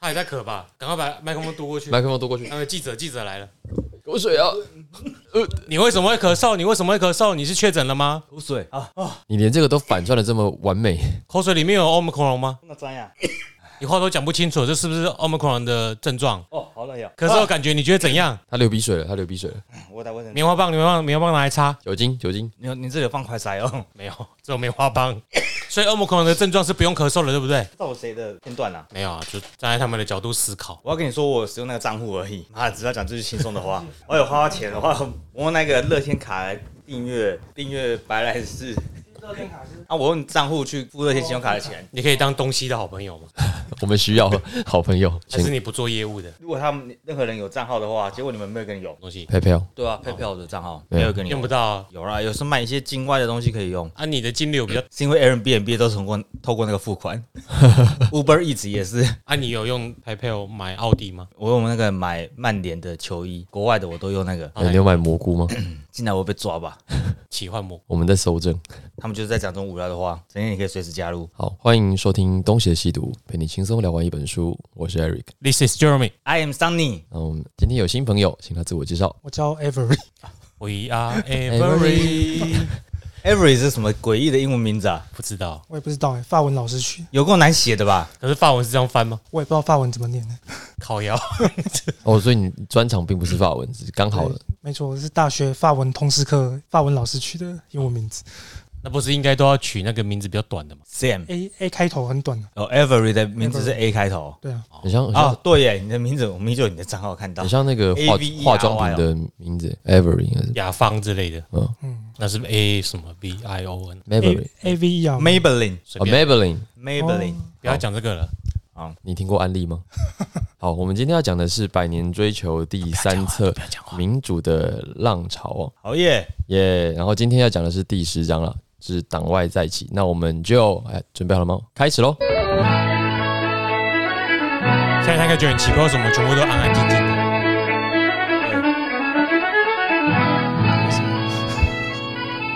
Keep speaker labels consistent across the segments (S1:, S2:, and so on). S1: 哎，太渴吧，赶快把麦克风嘟过去。
S2: 麦克风夺过去，
S1: 呃，记者，记者来了，
S2: 口水啊！
S1: 你为什么会咳嗽？你为什么会咳嗽？你是确诊了吗？
S3: 口水啊，
S2: 你连这个都反转的这么完美，
S1: 口水里面有 omicron 吗？
S3: 那张呀，
S1: 你话都讲不清楚，这是不是 omicron 的症状？
S3: 哦，好冷呀，
S1: 咳嗽的感觉你觉得怎样？
S2: 他流鼻水了，他流鼻水了，
S3: 我打卫生纸。
S1: 棉花棒，棉花棒，棉花棒拿来擦。
S2: 酒精，酒精，
S3: 你你这里有放快塞 哦？
S1: 没有，只有棉花 棒。所以 omicron 的症状是不用咳嗽的，对不对？
S3: 这我谁的片段啊？
S1: 没有啊，就站在他们的角度思考。
S3: 我要跟你说，我使用那个账户而已。 妈的，只要讲这句轻松的话，我有花钱的话，我用那个乐天卡来订阅订阅白来士。啊，我用账户去付乐天信用卡的钱。
S1: 你可以当东西的好朋友吗？
S2: 我们需要好朋友，
S1: 还是
S2: 请
S1: 你不做业务的
S3: 如果他们任何人有账号的话，结果你们没有跟你有。
S1: 东西
S2: 配票。
S3: 对啊，PayPal 的账号
S2: 没有
S3: 跟
S1: 用不到啊？
S3: 有啦，有时候买一些境外的东西可以用，
S1: 啊你的金流比较
S3: 是因为 Airbnb 都通过透过那个付 款，Uber 一直也是。
S1: 啊，你有用 PayPal 买奥迪吗？
S3: 我用那个买曼联的球衣，国外的我都用那个，
S1: 好来
S2: 你有买蘑菇吗？
S3: 进来我被抓吧。
S1: 奇幻魔
S2: 我们在搜证。
S3: 他们就是在讲这种无聊的话，陈天你可以随时加入。
S2: 好，欢迎收听《东邪西毒》，陪你轻松聊完一本书。我是 Eric。
S1: ，This is Jeremy。
S3: I am Sunny，
S2: 那我们今天有新朋友，请他自我介绍。
S4: 我叫 Avery，
S1: We are
S2: Avery
S1: every，
S3: Every 是什么诡异的英文名字啊？
S1: 不知道，
S4: 我也不知道哎、法文老师取，
S3: 有够难写的吧？
S1: 可是法文是这样翻吗？
S4: 我也不知道法文怎么念呢、
S1: 靠腰，
S2: 哦，所以你专长并不是法文，只是刚好的
S4: 对。没错，我是大学法文通识课法文老师取的英文名字
S1: 那不是应该都要取那个名字比较短的吗？
S3: Sam，
S4: ，A A 开头很短的、
S3: 哦，Every 的名字是 A 开头。
S4: 对啊，
S2: 很像，很像，
S3: 哦，对耶，你的名字我们就有你的账号看到
S2: 很。像那个
S3: A
S2: 化
S3: V E R Y
S2: 化妆品的名字，Avery 应该是，
S1: 雅芳之类的，
S2: 嗯
S4: 嗯
S1: 那是 A 什么 B I O N，
S2: ，Mavery，
S4: ，A A V E 啊
S3: Maybelline，Maybelline，
S1: 随
S2: 哦
S1: 便，
S2: ，Mavery，
S1: 不要讲这个了。
S2: 你听过案 例吗？好，我们今天要讲的是《百年追求》第三册
S1: 不要讲
S2: 《
S1: 话，
S2: 民主的浪潮》哦，
S3: 好耶，
S2: 耶、然后今天要讲的是第十章了，是党外再起。那我们就哎，准备好了吗？开始喽！
S1: 现在他应该觉得很奇怪，为什么全部都安安静静的？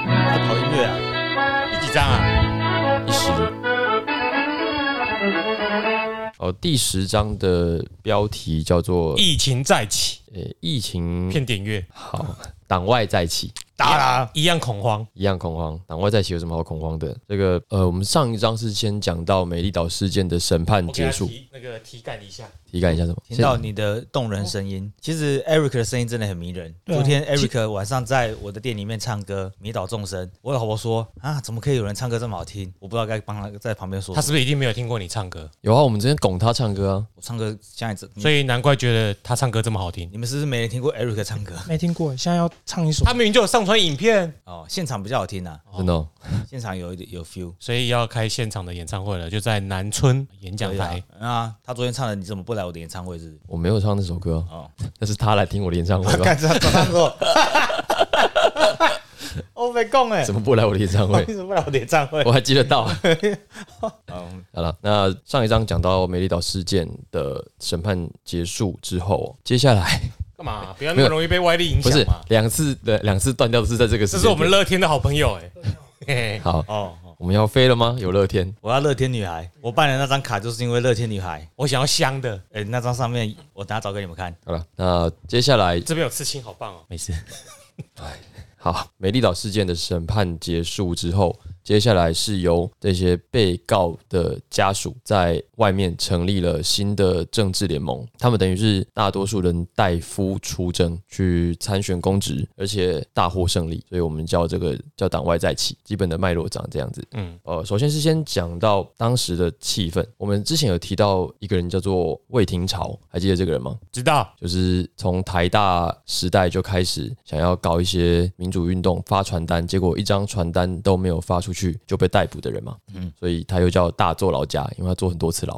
S3: 这哎跑音乐啊！
S1: 第几章啊？
S2: 第十，哦，第十章的标题叫做
S1: 疫情再起，
S2: “呃、疫情
S1: 骗点阅，
S2: 好，党外再起”。
S3: 打啦，
S1: 一样恐慌。
S2: 一样恐慌，党外再起有什么好恐慌的？这个呃，我们上一章是先讲到美丽岛事件的审判
S1: 我给
S2: 嗯结
S1: 他
S2: 束，
S1: 提那个体感一下，
S2: 体感一下什么？
S3: 听到你的动人声音。其实 Eric 的声音真的很迷人。
S4: 对啊
S3: 昨天 Eric 晚上在我的店里面唱歌，迷倒众生。我老婆说啊，怎么可以有人唱歌这么好听？我不知道该帮他在旁边说
S1: 他
S3: 什么。
S1: 是不是一定没有听过你唱歌？
S2: 有啊，我们之前拱他唱歌啊，
S3: 我唱歌现在这，
S1: 所
S3: 以
S1: 以难怪觉得他唱歌这么好听。
S3: 你们是不是没人听过 Eric 唱歌？
S4: 没听过，现在要唱一首
S1: 他明明就有上传影片，
S3: 哦，现场比较好听啊，
S1: 哦
S2: 真的哦、
S3: 现场有一点有 feel。
S1: 所以要开现场的演唱会了，就在南村演讲台。
S3: 对啊啊，他昨天唱的，你怎么不来我的演唱会是？
S2: 我没有唱那首歌、啊，
S3: 哦，
S2: 但是他来听我的演唱会 吧？
S3: 干这 他唱过，我没讲哎
S2: 怎，么不来我的演唱 会
S3: 为？什么不来我的演唱会？
S2: 我还记得到。
S3: 嗯，
S2: 好了，那上一章讲到美丽岛事件的审判结束之后，接下来
S1: 干嘛、不要那么容易被外力影
S2: 不
S1: 响
S2: 是
S1: 嘛。
S2: 两次的两次断掉都是在这个时
S1: 这
S2: 间
S1: 是
S2: 点。
S1: 我们乐天的好朋友 哎、嘿嘿
S2: 好，
S3: 哦，哦
S2: 我们要飞了吗？有乐天，
S3: 我要乐天女孩，我办的那张卡就是因为乐天女孩。
S1: 我想要香的，
S3: 哎、那张上面我等下找给你们看。
S2: 好了，那接下来
S1: 这边有刺青，好棒哦。
S3: 没事，
S2: 好，美丽岛事件的审判结束之后，接下来是由这些被告的家属在外面成立了新的政治联盟，他们等于是大多数人代夫出征去参选公职，而且大获胜利，所以我们叫这个叫党外再起，基本的脉络长这样子。
S1: 嗯，
S2: 呃，首先是先讲到当时的气氛，我们之前有提到一个人叫做魏廷朝，还记得这个人吗？
S1: 知道
S2: 就是从台大时代就开始想要搞一些民主运动，发传单，结果一张传单都没有发出去就被逮捕的人嘛。嗯，所以他又叫大坐牢家，因为他坐很多
S1: 嗯
S2: 次牢。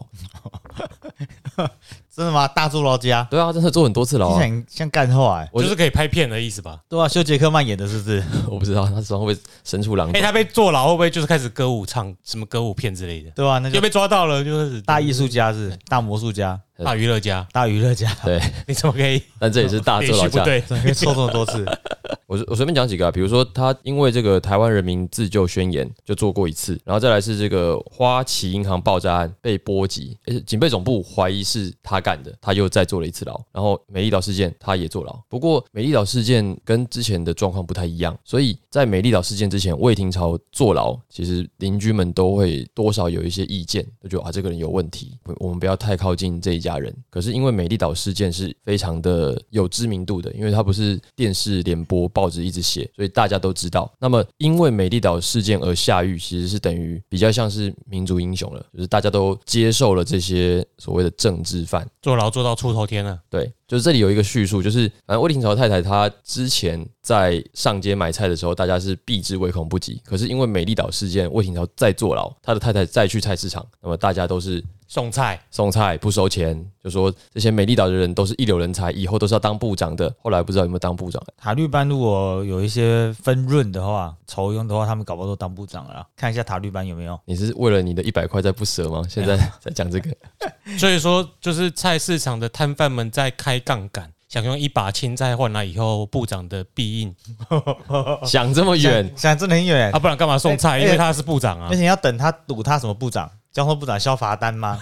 S3: 真的吗？大猪劳家，
S2: 对啊，真的坐很多次牢
S3: 听起
S2: 啊！
S3: 来像干话哎、
S2: 我
S1: 就是可以拍片的意思吧？
S3: 哦对啊，修杰克曼演的是不是？
S2: 我不知道他手上会不会神出狼
S1: 哎、
S2: 藉。
S1: 他被坐牢会不会就是开始歌舞唱什么歌舞片之类的？
S3: 对啊，那
S1: 又
S3: 就
S1: 被抓到了，就是
S3: 大艺术家是大魔术家，
S1: 大娱乐家，
S3: 大娱乐家，
S2: 对，
S1: 你怎么可以
S2: 但这也是大
S1: 连
S2: 坐牢
S1: 续不
S2: 家。
S1: 对？
S3: 怎么可以抽这么多次？
S2: 我随我随便讲几个啊，比如说他因为这个台湾人民自救宣言就做过一次，然后再来是这个花旗银行爆炸案被波及，而且警备总部怀疑是他干的，他又再坐了一次牢。然后美丽岛事件他也坐牢，不过美丽岛事件跟之前的状况不太一样，所以在美丽岛事件之前，魏廷朝坐牢，其实邻居们都会多少有一些意见，就觉得啊这个人有问题，我我们不要太靠近这一家人。可是因为美丽岛事件是非常的有知名度的，因为它不是电视联播、报纸一直写，所以大家都知道。那么因为美丽岛事件而下狱，其实是等于比较像是民族英雄了，就是大家都接受了这些所谓的政治犯。
S1: 坐牢坐到出头天了，
S2: 对，就是这里有一个叙述，就是反正魏廷朝太太她之前在上街买菜的时候，大家是避之唯恐不及。可是因为美丽岛事件，魏廷朝再坐牢，他的太太再去菜市场，那么大家都是
S1: 送菜
S2: 送菜不收钱，就说这些美丽岛的人都是一流人才，以后都是要当部长的。后来不知道有没有当部长，
S3: 塔绿班如果有一些分润的话，酬庸的话，他们搞不好都当部长了啦。看一下塔绿班有没有。
S2: 你是为了你的一百块在不舍吗？现在在讲这个，
S1: 所以说就是菜市场的摊贩们在开杠杆，想用一把青菜换来以后部长的庇应
S2: 想这么远，
S3: 想想真的很远、
S1: 啊，不然干嘛送菜？
S3: 哎
S1: 因为他是部长啊
S3: 而。且要等他赌他什么部长，交通部长消罚单 吗？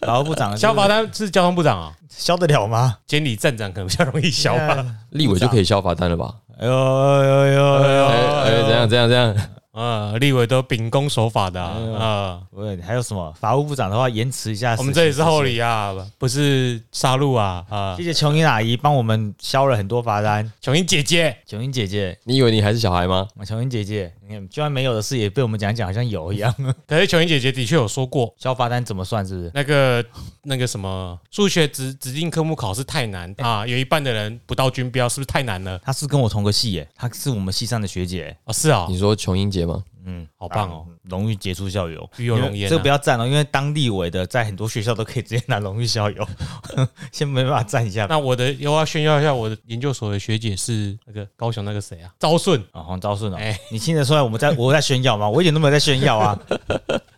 S3: 然后部长
S1: 消罚
S3: 单
S1: 单是交通部长啊，
S3: 消得了吗？
S1: 监理站长可能比较容易消啊吧。
S2: 立委就可以消罚单了吧？
S3: 哎呦哎呦哎呦哎
S2: 哎
S3: 呦！
S2: 哎，怎样怎样怎样？
S1: 啊，立委都秉公守法的
S3: 哎
S1: 啊。啊
S3: 喂，还有什么法务部长的话，延迟一下。
S1: 我们这里是厚。礼啊，不是杀戮啊啊
S3: 谢！谢琼英阿姨帮我们消了很多罚单，
S1: 琼英姐姐，
S3: 琼英姐姐，
S2: 你以为你还是小孩吗？
S3: 琼英姐姐，你看，居然没有的事也被我们讲一讲，好像有一样。
S1: 可是琼英姐姐的确有说过，
S3: 消罚单怎么算？是不是？
S1: 那个那个什么数学指指定科目考试太难
S3: 哎
S1: 啊，有一半的人不到军标，是不是太难了？
S3: 她是跟我同个系耶，她是我们系上的学姐，
S1: 哦，是啊
S2: 你，说琼英姐吗？
S3: 嗯，
S1: 好棒哦，
S3: 荣誉杰出校友，
S1: 与有荣焉啊
S3: 这个不要赞哦，因为当立委的在很多学校都可以直接拿荣誉校友， 先没办法赞一下。
S1: 那我的又要炫耀一下，我的研究所的学姐是那个高雄那个谁啊，昭顺
S3: 啊，黄昭顺哦，
S1: 哎
S3: 你听得出来我们在我在炫耀吗？我一点都没有在炫 耀啊，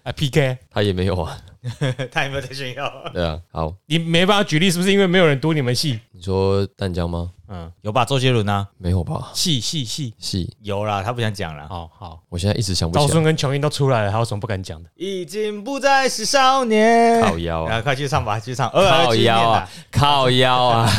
S1: 啊 PK，
S2: 她也没有啊。
S3: 他有没有在炫耀？
S2: 对啊，好，
S1: 你没办法举例，是不是因为没有人读你们系？
S2: 你说淡江吗？
S1: 嗯，
S3: 有吧？周杰伦啊，
S2: 没有吧？
S1: 系系系，
S2: 是，
S3: 有啦，他不想讲啦。
S1: 好哦好，
S2: 我现在一直想不
S1: 昭
S2: 起来。
S1: 顺跟琼英都出来了，还有什么不敢讲的？
S3: 已经不再是少年。
S2: 靠腰
S3: 啊，
S2: 啊，
S3: 快去唱吧，去唱。呃
S2: 靠腰啊，， 靠腰啊！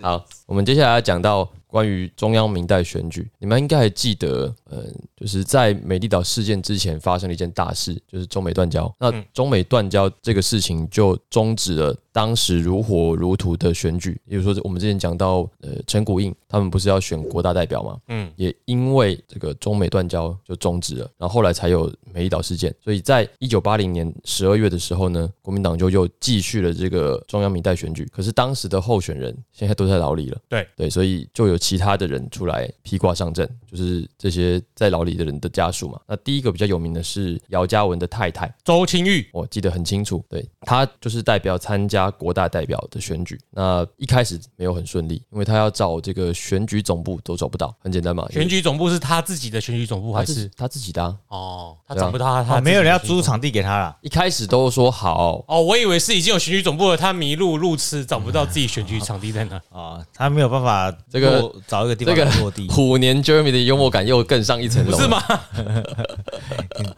S2: 好，我们接下来要讲到关于中央明代选举，你们应该还记得，嗯、就是在美丽岛事件之前发生了一件大事，就是中美断交。那中美断交这个事情就终止了当时如火如荼的选举。比如说，我们之前讲到，呃，陈谷印他们不是要选国大代表吗？
S1: 嗯，
S2: 也因为这个中美断交就终止了，然后后来才有美丽岛事件。所以在一九八零年十二月的时候呢，国民党就又继续了这个中央民代选举，可是当时的候选人 现在都在牢里了。
S1: 对
S2: 对，所以就有其他的人出来披挂上阵，就是这些在牢里的人的家属嘛。那第一个比较有名的是姚嘉文的太太，
S1: 周清玉
S2: 我记得很清楚，对他就是代表参加国大代表的选举。那一开始没有很顺利，因为他要找这个选举总部都找不到，很简单嘛，
S1: 选举总部是他自己的选举总部
S2: 他
S1: 还
S2: 自己
S1: 是？
S2: 他自己的、啊。
S1: 哦，他
S2: 对啊
S1: 找不到他，他
S3: 哦，没有人要
S1: 自己的选举总
S3: 租
S1: 部
S3: 场地给他啦。
S2: 一开始都说好，
S1: 哦，我以为是已经有选举总部了，他迷路路痴，找不到自己选举场地在哪。
S3: 啊，他没有办法
S2: 这个
S3: 落找一个地方
S2: 这个
S3: 落地，
S2: 虎年 Jeremy 的幽默感又更上一层楼，
S1: 不是？吗？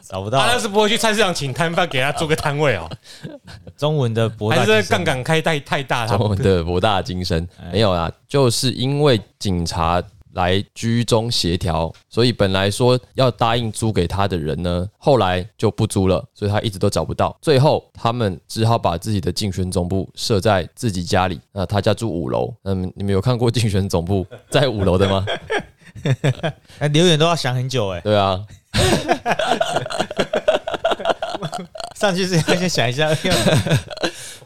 S3: 找不到
S1: 他那是不会去菜市场请摊贩给他做个摊位哦，
S3: 中文的博大
S1: 还
S3: 精
S1: 是
S3: 深
S1: 杠杆开太太 大？他
S2: 中文的博大精深
S1: 哎
S2: 没有啦，就是因为警察来居中协调，所以本来说要答应租给他的人呢，后来就不租了，所以他一直都找不到。最后他们只好把自己的竞选总部设在自己家里。那他家住五楼，嗯，你们有看过竞选总部在五楼的 吗？
S3: 哎，留言都要想很久哎，
S2: 对啊，
S3: 上去之前要先想一下，因为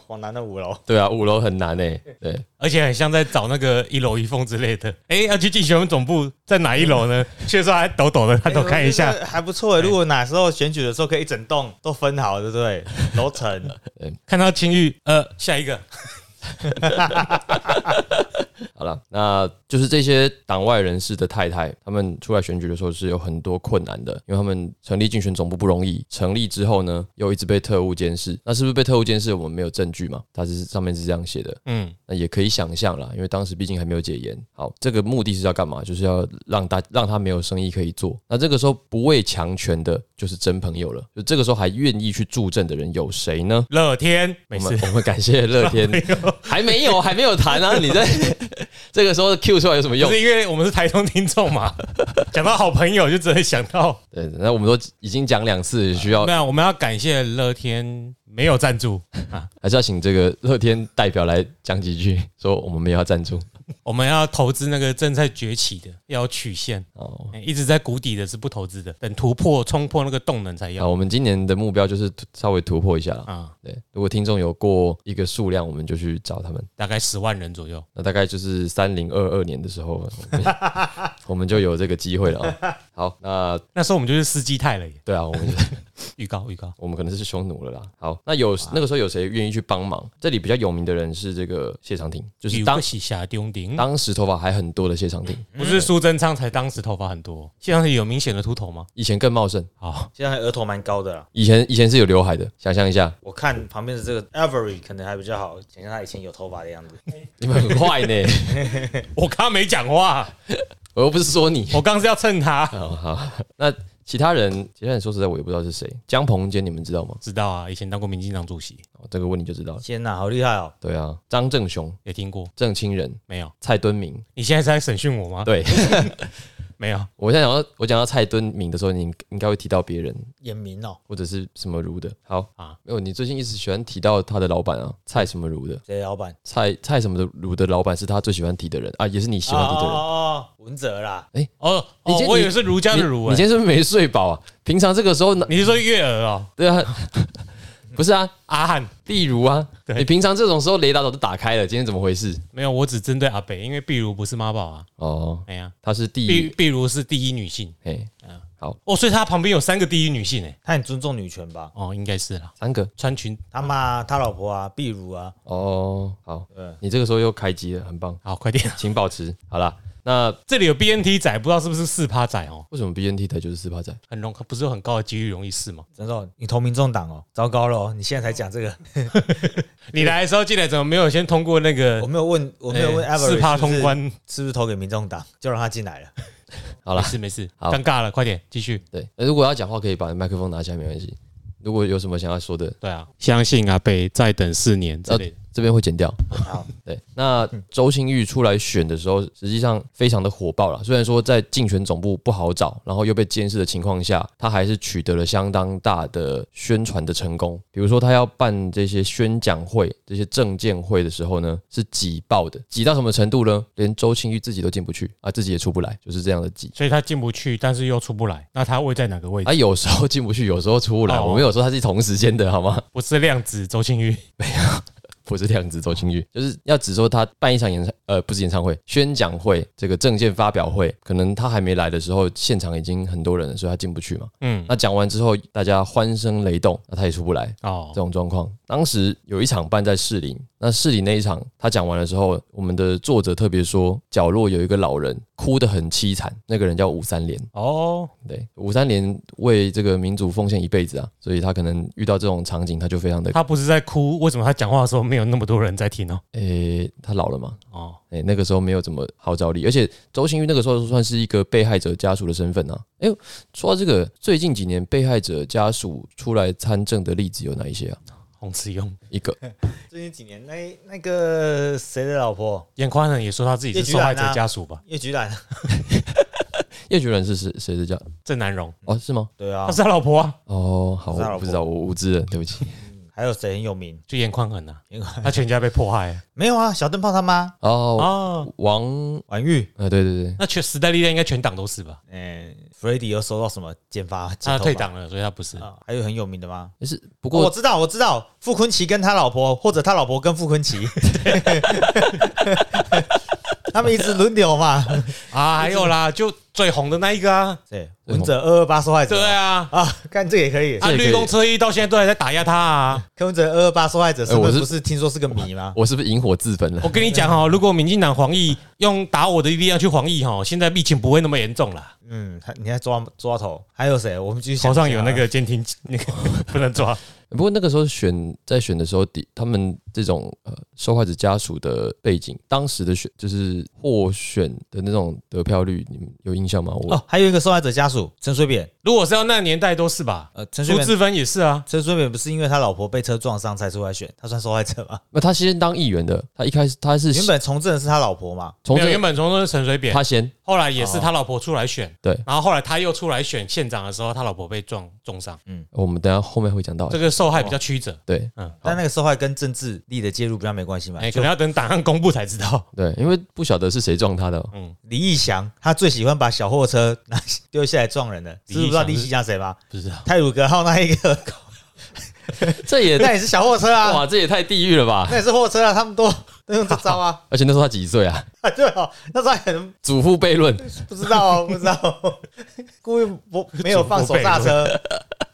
S3: 往南的五楼，
S2: 对啊，五楼很难诶、对。
S1: 而且很像在找那个一楼一凤之类的。哎，要去竞选总部在哪一楼呢？却说还抖抖的，他都看一下
S3: 哎，。还不错哎。如果哪时候选举的时候可以一整栋都分好，对不对？楼层，
S1: 看到青玉，呃，下一个
S2: 好了，那就是这些党外人士的太太，他们出来选举的时候是有很多困难的，因为他们成立竞选总部不容易，成立之后呢，又一直被特务监视。那是不是被特务监视？我们没有证据嘛？它是上面是这样写的。
S1: 嗯，
S2: 那也可以想象啦，因为当时毕竟还没有解严。好，这个目的是要干嘛？就是要让大让他没有生意可以做。那这个时候不畏强权的，就是真朋友了。就这个时候还愿意去助阵的人有谁呢？
S1: 乐天没
S2: 我
S1: 事
S2: 们，我们感谢乐 天，还没有，还没有谈啊！你在这个时候 Q 出来有什么
S1: 就
S2: 用？
S1: 是因为我们是台中听众 嘛，讲到好朋友就只能想到
S2: 对，那我们都已经讲两次，需要
S1: 没有，我们要感谢乐天没有赞助，
S2: 还是要请这个乐天代表来讲几句，说我们没有要赞助
S1: 我们要投资那个正在崛起的，要有曲线，
S2: 哦。
S1: 欸一直在谷底的是不投资的，等突破冲破那个动能才
S2: 啊，
S1: 要
S2: 我们今年的目标就是突稍微突破一下啦。
S1: 啊，
S2: 对，如果听众有过一个数量，我们就去找他们。
S1: 大概十万人左右。
S2: 那大概就是三零二二年的时候，我 们我们就有这个机会了啊。好，那
S1: 那时候我们就是司机态了耶，
S2: 对啊，我们就
S1: 预告预告，
S2: 我们可能是匈奴了啦。好，那有那个时候有谁愿意去帮忙？这里比较有名的人是这个谢长廷，就是
S1: 有
S2: 当
S1: 个是下中顶，
S2: 嗯当时头发还很多的谢长廷，
S1: 不是苏贞昌才当时头发很多，现在有明显的秃头吗？
S2: 以前更茂盛，
S1: 好，
S3: 现在额头蛮高的啦。
S2: 以前以前是有刘海的。想象一下，
S3: 我看旁边的这个 Avery 可能还比较好，想象他以前有头发的样子。
S2: 你们很坏呢，
S1: 我刚刚没讲话，
S2: 我又不是说你。
S1: 我刚刚是要蹭他，
S2: 好好，那其他人，其他人说实在我也不知道是谁。江鹏坚你们知道吗？
S1: 知道啊，以前当过民进党主席，
S2: 哦这个问你就知道了。
S3: 天哪，好厉害哦！
S2: 对啊，张正雄、
S1: 也听过
S2: 郑清仁、
S1: 没有？
S2: 蔡敦明，
S1: 你现在是在审讯我吗？
S2: 对。
S1: 没有，
S2: 我现在想到，我讲到蔡敦明的时候，你应应该会提到别人，
S3: 眼明哦，
S2: 或者是什么如的。好
S1: 啊
S2: 啊，没有，你最近一直喜欢提到他的老板啊，蔡什么如的，
S3: 谁老板？
S2: 蔡蔡什么的如的老板是他最喜欢提的人啊，也是你喜欢提的人。
S3: 哦，文哲啦，
S1: 哦，
S2: 你
S1: 哦
S2: 今
S1: 我以为是儒家的儒
S2: 你，你今
S1: 欸，
S2: 天是不是没睡饱啊？平常这个时候呢，
S1: 你是说月儿哦，
S2: 对啊， 不是啊，
S1: 阿汉？
S2: 例如啊，
S1: 对
S2: 你平常这种时候雷达早就打开了，今天怎么回事？
S1: 没有，我只针对阿北，因为碧如不是妈宝啊，
S2: 哦，
S1: 哎呀，
S2: 他是第
S1: 碧
S2: 一，
S1: 碧如是第一女性
S2: 哎，好，
S1: 哦，所以她旁边有三个第一女性哎、
S3: 他很尊重女权吧？
S1: 哦，应该是啦，
S2: 三个
S1: 穿裙
S3: 他妈，他老婆啊，碧如啊，
S2: 哦，好
S3: 对，
S2: 你这个时候又开机了，很棒，
S1: 好快点，
S2: 请保持。好啦，那
S1: 这里有 BNT 仔，不知道是不是四趴仔哦，
S2: 为什么 BNT 台就是四趴仔？
S1: 很容不是有很高的几率容易是吗？
S3: 陈总，你投民众党哦，糟糕了哦，你现在才讲这 个，
S1: 你来的时候进来怎么没有先通过那个
S3: 我没有问，我没有问
S1: 哎
S3: Avery
S1: 四趴通
S3: 是
S1: 关？
S3: 不是是不是投给民众党，就让他进来了。
S2: 好啦
S1: 没事没事，
S2: 好
S1: 尴尬了，快点继续。
S2: 对，那如果要讲话，可以把麦克风拿下，没关系。如果有什么想要说的，
S1: 对啊，相信阿北再等四年之类的，
S2: 这边会剪掉。
S3: 好，
S2: 对，那周星玉出来选的时候，实际上非常的火爆了。虽然说在竞选总部不好找，然后又被监视的情况下，他还是取得了相当大的宣传的成功。比如说，他要办这些宣讲会、这些政见会的时候呢，是挤爆的，挤到什么程度呢？连周星玉自己都进不去啊，自己也出不来，就是这样的挤。
S1: 所以他进不去，但是又出不来，那他位在哪个位置？
S2: 他有时候进不去，有时候出不来。
S1: 哦
S2: 我没有说他是同时间的，好吗？
S1: 不是量子周庆玉，
S2: 不是这样子，周清玉 就是要只说他办一场演唱，呃，不是演唱会，宣讲会，这个证件发表会，可能他还没来的时候，现场已经很多人了，所以他进不去嘛。
S1: 嗯，
S2: 那讲完之后，大家欢声雷动，那他也出不来。
S1: 哦
S2: 这，种状况，当时有一场办在士林，那士林那一场，他讲完的时候，我们的作者特别说，角落有一个老人哭得很凄惨，那个人叫吴三连，
S1: 哦，
S2: 对，吴三连为这个民主奉献一辈子啊，所以他可能遇到这种场景，他就非常的，
S1: 他不是在哭，为什么他讲话的时候没有那么多人在听哦？
S2: 诶、他老了嘛，
S1: 哦，
S2: 哎、那个时候没有怎么号召力，而且周星玉那个时候算是一个被害者家属的身份啊。哎、呦，说到这个，最近几年被害者家属出来参政的例子有哪一些啊？
S1: 洪慈庸、
S2: 一个
S3: 最近几年，那那个谁的老婆
S1: 严宽仁也说他自己是受害者家属吧？
S3: 叶菊兰，啊
S2: 叶菊人是谁谁的家？
S1: 郑南荣，
S2: 哦，是吗？
S3: 对啊
S1: 他，是他老婆啊，
S2: 哦，好，
S3: 是他
S2: 我
S3: 老婆
S2: 不知道，我无知人，对不起。
S3: 还有谁很有名？
S1: 就严宽仁啊
S3: 严，
S1: 他全家被迫害
S3: 没有啊，小灯泡他妈
S2: 哦，
S1: 啊。
S2: 王，
S3: 婉玉，
S2: 呃，对对对，
S1: 那全时代力量应该全党都是吧？
S3: 嗯、f r e d d y 又收到什么剪发？
S1: 他
S3: 剪头
S1: 退
S3: 发
S1: 党了，所以他不是。
S3: 啊，还有很有名的吗？哦
S2: 但是不
S3: 我
S2: 过
S3: 知道，我知道，傅 昆奇跟他老婆，或者他老婆跟傅昆奇，
S5: 他们一直轮流嘛。
S1: 啊，还有啦，就最红的那一个啊，
S3: 对，
S5: 闻者二二八受害者
S1: 对
S5: 嘛，
S1: 啊，
S5: 啊，看这个也可以。
S1: 啊，
S2: 这也可以
S1: 绿公车一到现在都还在打压他啊。
S5: 柯文哲二二八受害者是
S2: 哎我
S5: 不
S2: 是
S5: 是不是听说是个谜吗？
S2: 我是不是引火自焚了
S1: 我？跟你讲哦，如果民进党黄奕用打我的力量去黄奕哈，现在疫情不会那么严重啦。
S5: 嗯，
S3: 他你还抓
S5: 抓抓头，还有谁？我们继续想一
S1: 手
S5: 下
S1: 上有那个监听，那 个不能抓。
S2: 不过那个时候选在选的时候，的他们这种呃受害者家属的背景，当时的选就是获选的那种得票率，你们有印象吗？我、
S3: 哦，还有一个受害者家属陈水扁，
S1: 如果是要那个年代都是吧，
S3: 呃，陈水
S1: 朱
S3: 扁，
S1: 志芬也是啊，
S3: 陈水扁不是因为他老婆被车撞伤才出来选，他算受害者吗？
S2: 那他先当议员的，他一开始他是
S3: 原本从政的是他老婆嘛？
S2: 从
S1: 没有
S2: 这
S1: 原本从都是陈水扁，
S2: 他先
S1: 后来也是他老婆出来选，
S2: 对
S1: 然后后来他又出来选县长的时候，他老婆被撞重伤，
S2: 我们等一下后面会讲到
S1: 这。个受害比较曲折，
S2: 对
S3: 但那个受害跟政治力的介入比较没关系嘛？
S1: 哎，可
S3: 就
S1: 能要等档案公布才知道。
S2: 对，因为不晓得是谁撞他的哦，
S3: 李义祥，他最喜欢把小货车拿丢下来撞人的，知不知道
S1: 李
S3: 李
S1: 义祥是
S3: 义祥谁吗？
S1: 不知道，
S3: 泰鲁格号那一个，
S2: 这也
S3: 那也是小货车啊，
S2: 哇，这也太地狱了吧！
S3: 那也是货车啊，他们都都用这招啊。
S2: 而且那时候他几 岁啊？
S3: 啊对哦，那时候还很
S2: 祖父悖论，
S3: 不知道 哦，不知道哦，故意不没有放手刹 车，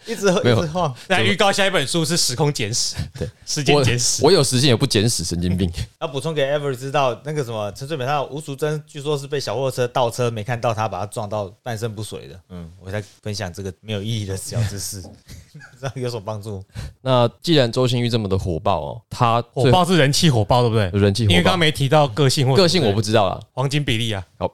S3: 一直
S2: 没有
S3: 一直晃。
S1: 那预告下一本书是《时空简史》，对，《时间
S2: 我
S1: 简史》
S2: 我有时间也不捡屎，神 经病。
S3: 要补充给 Ever 知道，那个什么陈水扁他吴淑珍，据说是被小货车倒车没看到他，把他撞到半身不遂的。嗯，我在分享这个没有意义的小知 识，不知道有所帮助。
S2: 那既然周星玉这么的火爆哦，他
S1: 火
S2: 最
S1: 爆是人气火爆，对不对？
S2: 人气
S1: 因为
S2: 火
S1: 刚刚
S2: 爆，
S1: 没提到个性或
S2: 个性我不
S1: 不
S2: 知道啦，
S1: 黄金比例啊，
S2: 好，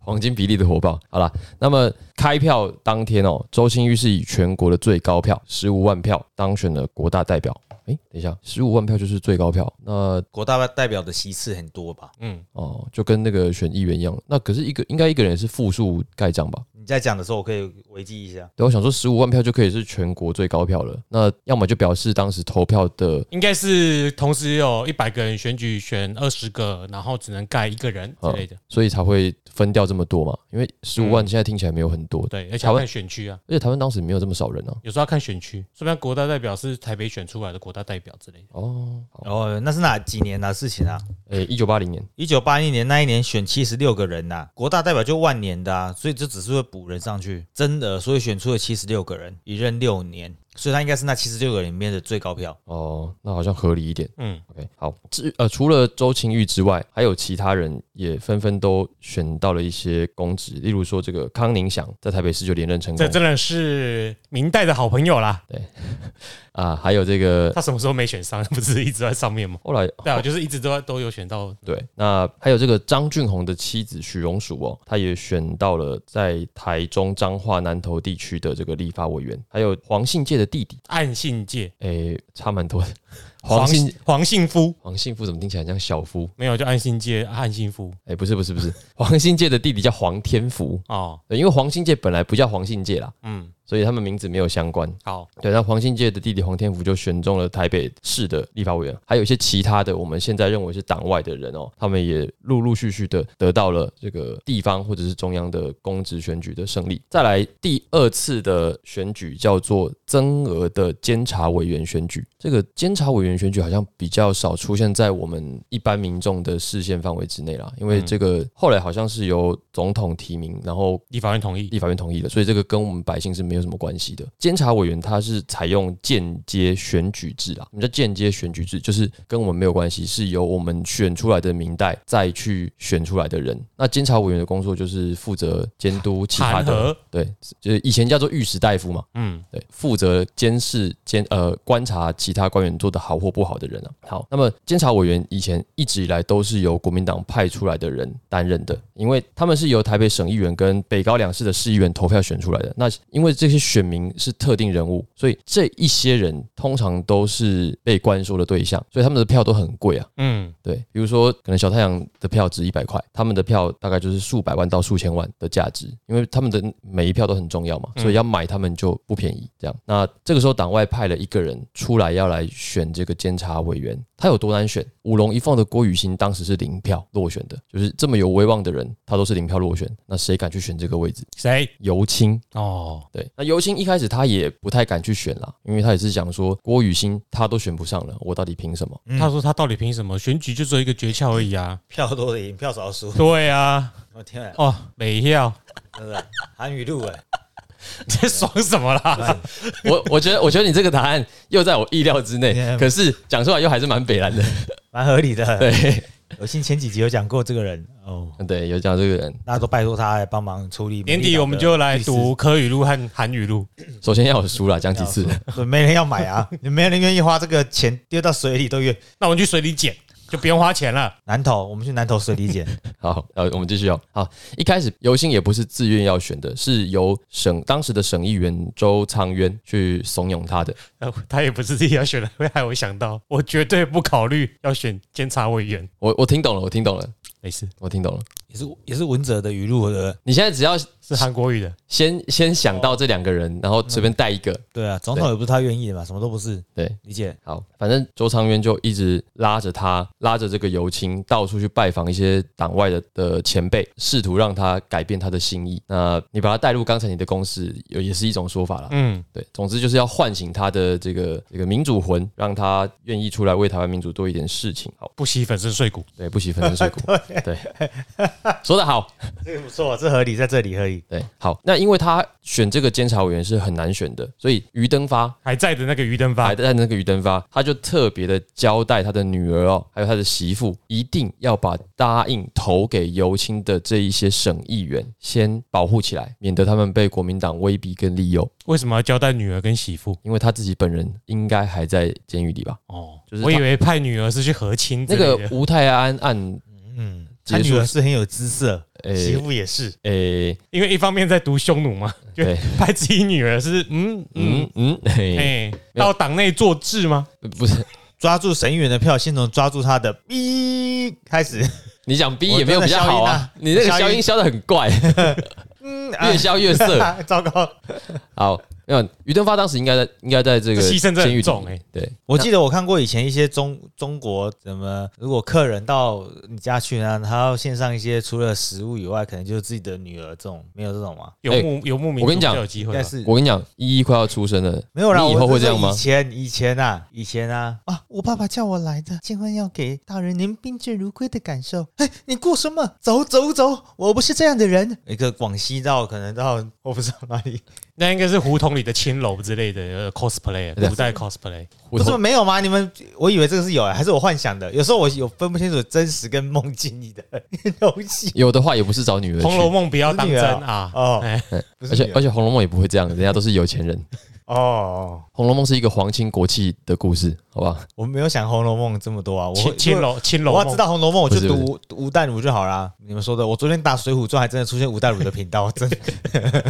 S2: 黄金比例的火爆。好啦，那么开票当天哦，周清玉是以全国的最高票十五万票当选了国大代表。诶，等一下，十五万票就是最高票，那
S3: 国大代表的席次很多吧？
S1: 嗯，
S2: 哦就跟那个选议员一样，那可是一个应该一个人也是复数盖章吧？
S3: 你在讲的时候，我可以维基一下。
S2: 对，我想说十五万票就可以是全国最高票了，那要么就表示当时投票的
S1: 应该是同时有一百个人选举选二十个，然后只能盖一个人之类的。
S2: 所以才会分掉这么多嘛。因为十五万现在听起来没有很多，
S1: 对，而且
S2: 台
S1: 要
S2: 湾
S1: 看选区啊，
S2: 而且台湾当时没有这么少人啊。
S1: 有时候要看选区，说不定国大代表是台北选出来的国大代表之类的。
S2: 哦，好，
S3: 哦，那是哪几年的、事情啊？
S2: 诶、一九八零年，
S3: 一九八一年那一年选七十六个人呐、国大代表就万年的啊，所以这只是会补人上去，真的，所以选出了七十六个人，一任六年，所以他应该是那七十六个人里面的最高票。
S2: 哦，那好像合理一点。
S1: 嗯，
S2: OK，好，至呃，除了周清玉之外，还有其他人也纷纷都选到了一些公职，例如说这个康宁祥在台北市就连任成
S1: 这
S2: 功
S1: 真的是明代的好朋友啦。
S2: 啊，还有这个
S1: 他什么时候没选上？ 不是一直在上面吗？
S2: 后来
S1: 对啊，就是一直都都有选到。
S2: 对，那还有这个张俊宏的妻子许荣淑哦，她也选到了在台中彰化南投地区的这个立法委员，还有黄信介的弟弟，
S1: 暗信界
S2: 诶、差蛮多的。黄信
S1: 黄信夫
S2: 黄信夫怎么听起来很像小夫？
S1: 没有，就暗信界暗信夫
S2: 诶、不是不是不是，黄信介的弟弟叫黄天福，
S1: 哦，
S2: 对，因为黄信介本来不叫黄信介啦，
S1: 嗯，
S2: 所以他们名字没有相关。
S1: 好，
S2: 对，那黄信介的弟弟黄天福就选中了台北市的立法委员，还有一些其他的我们现在认为是党外的人哦，他们也陆陆续续的得到了这个地方或者是中央的公职选举的胜利。再来第二次的选举叫做增额的监察委员选举，这个监察委员选举好像比较少出现在我们一般民众的视线范围之内啦，因为这个后来好像是由总统提名，然后
S1: 立法院同意。
S2: 立法院同意的，所以这个跟我们百姓是没有什么关系的。监察委员他是采用间接选举制啦，什么叫间接选举制？就是跟我们没有关系，是由我们选出来的民代再去选出来的人。那监察委员的工作就是负责监督其他
S1: 弹
S2: 的，
S1: 劾，
S2: 对，就是以前叫做御史大夫嘛，
S1: 嗯，
S2: 对，负责监视监呃观察其他官员做的好或不好的人啊。好，那么监察委员以前一直以来都是由国民党派出来的人担任的，因为他们是由台北省议员跟北高两市的市议员投票选出来的。那因为这些选民是特定人物，所以这一些人通常都是被关说的对象，所以他们的票都很贵啊。
S1: 嗯，
S2: 对，比如说可能小太阳的票值一百块，他们的票大概就是数百万到数千万的价值，因为他们的每一票都很重要嘛，所以要买他们就不便宜。这样，那这个时候党外派了一个人出来要来选这个监察委员，他有多难选？五龙一凤的郭雨欣当时是零票落选的，就是这么有威望的人，他都是零票落选，那谁敢去选这个位置？
S1: 谁？
S2: 尤青
S1: 哦，
S2: 对，那尤青一开始他也不太敢去选啦，因为他也是想说郭雨欣他都选不上了，我到底凭什么？
S1: 他说他到底凭什么？选举就只有一个诀窍而已啊。
S3: 票多的赢，票少的输。
S1: 对啊，
S3: 我天啊，
S1: 哦，没 票，
S3: 真的韩语录哎，
S1: 你在爽什么啦？
S2: 我我觉得我觉得你这个答案又在我意料之内，可是讲出来又还是蛮北蓝的。
S3: 蛮合理的。
S2: 对
S3: 有幸前几集有讲过这个人哦，
S2: 对，有讲这个人，
S3: 大家都拜托他来帮忙处理。
S1: 年底我们就来读科语录和韩语录。
S2: 首先要有书啦，讲几次？
S3: 对没人要买啊，你没人愿意花这个钱丢到水里都愿。
S1: 那我们去水里捡，就不用花钱了。
S3: 南投，我们去南投水里捡。
S2: 好，呃，我们继续哦。好，一开始游兴也不是自愿要选的，是由省当时的省议员周仓渊去怂恿他的。
S1: 呃，他也不是自己要选的，会害我想到，我绝对不考虑要选监察委员。
S2: 我我听懂了，我听懂了，
S1: 没事，
S2: 我听懂了。
S3: 也是也是文哲的语录的，
S2: 你现在只要
S1: 是韩国语的。
S2: 先先想到这两个人，然后随便带一个，
S3: 对啊，总统也不是他愿意的嘛，什么都不是，
S2: 对，
S3: 理解？
S2: 好，反正周长渊就一直拉着他，拉着这个尤青到处去拜访一些党外的的前辈，试图让他改变他的心意。那你把他带入刚才你的公式，有也是一种说法啦。
S1: 嗯，
S2: 对，总之就是要唤醒他的这个这个民主魂，让他愿意出来为台湾民主做一点事情。好，
S1: 不惜粉身碎骨。
S2: 对，不惜粉身碎骨。对，说得好。
S3: 这个不错，这合理，在这里合理。
S2: 对，好，那因为他选这个监察委员是很难选的，所以于登发
S1: 还在的那个于登发，
S2: 还在那个于登发，他就特别的交代他的女儿哦，还有他的媳妇，一定要把答应投给尤青的这一些省议员先保护起来，免得他们被国民党威逼跟利诱。
S1: 为什么要交代女儿跟媳妇？
S2: 因为他自己本人应该还在监狱里吧？
S1: 哦，
S2: 就是
S1: 我以
S2: 他
S1: 为派女儿是去和亲之
S2: 那
S1: 类的。
S2: 个吴泰安案
S3: 嗯，他
S2: 结
S3: 女
S2: 束
S3: 儿，是很有姿色，媳
S2: 诶
S3: 妇也是，
S2: 诶，
S1: 因为一方面在读匈奴嘛，就
S2: 对
S1: 派自己女儿是嗯嗯
S2: 嗯嗯，嘿，
S1: 哎、到党内做志吗？
S2: 不是，
S3: 抓住沈议员的票，先从抓住他的 B 开始。
S2: 你讲 B
S3: 我
S2: 也没有比较好啊，你
S3: 真
S2: 那
S3: 的消
S2: 个消
S3: 音啊消
S2: 音
S3: 音
S2: 消的很怪，
S3: 嗯，
S2: 越消越色。
S3: 啊，糟糕！
S2: 好，那于登发当时应该在应该在这个
S1: 这牺牲真的
S2: 监狱
S1: 很
S2: 里
S1: 重哎、
S2: 对，
S3: 我记得我看过以前一些中中国怎么，如果客人到你家去呢，他要献上一些除了食物以外，可能就是自己的女儿这种，没有这种吗？
S1: 游牧游牧民
S2: 哎我跟你
S1: 族
S2: 讲
S1: 就有机
S3: 应
S1: 会
S3: 该
S1: 吧，
S3: 是
S2: 我跟你讲，依依快要出生了，
S3: 没有啦，
S2: 你以
S3: 我
S2: 后
S3: 是
S2: 会这
S3: 说
S2: 样吗
S3: 以？前以前啊，以前啊啊，我爸爸叫我来的，千万要给大人您宾至如归的感受。哎，你顾什么？走走走，我不是这样的人。一个广西到可能到我不知道哪 里，
S1: 那应该是胡同里的青楼之类的呃 cosplay
S2: 对
S1: 古代 cosplay。
S2: 胡
S3: 不是
S2: 同
S3: 没有吗？你们我以为这个是有、哎，还是我幻想的？有时候我有分不清楚真实跟梦境里的 东西。
S2: 有的话也不是找女儿
S1: 《红楼
S2: 去，
S1: 梦》不要当真
S3: 不是女儿
S1: 啊！
S3: 哦
S1: 哎，
S3: 不是
S2: 而且
S3: 女儿
S2: 而且《红楼梦》也不会这样，人家都是有钱人。《
S3: 哦，
S2: 红楼梦》是一个皇亲国戚的故事，好吧？
S3: 我没有想《红楼梦》这么多啊，我会
S1: 青青楼青楼
S3: 我
S1: 梦
S3: 要知道《红楼梦》，我
S2: 不
S3: 就是
S2: 不是
S3: 读吴吴淡如就好啦。你们说的，我昨天打《水浒传》，还真的出现吴淡如的频道， 真的。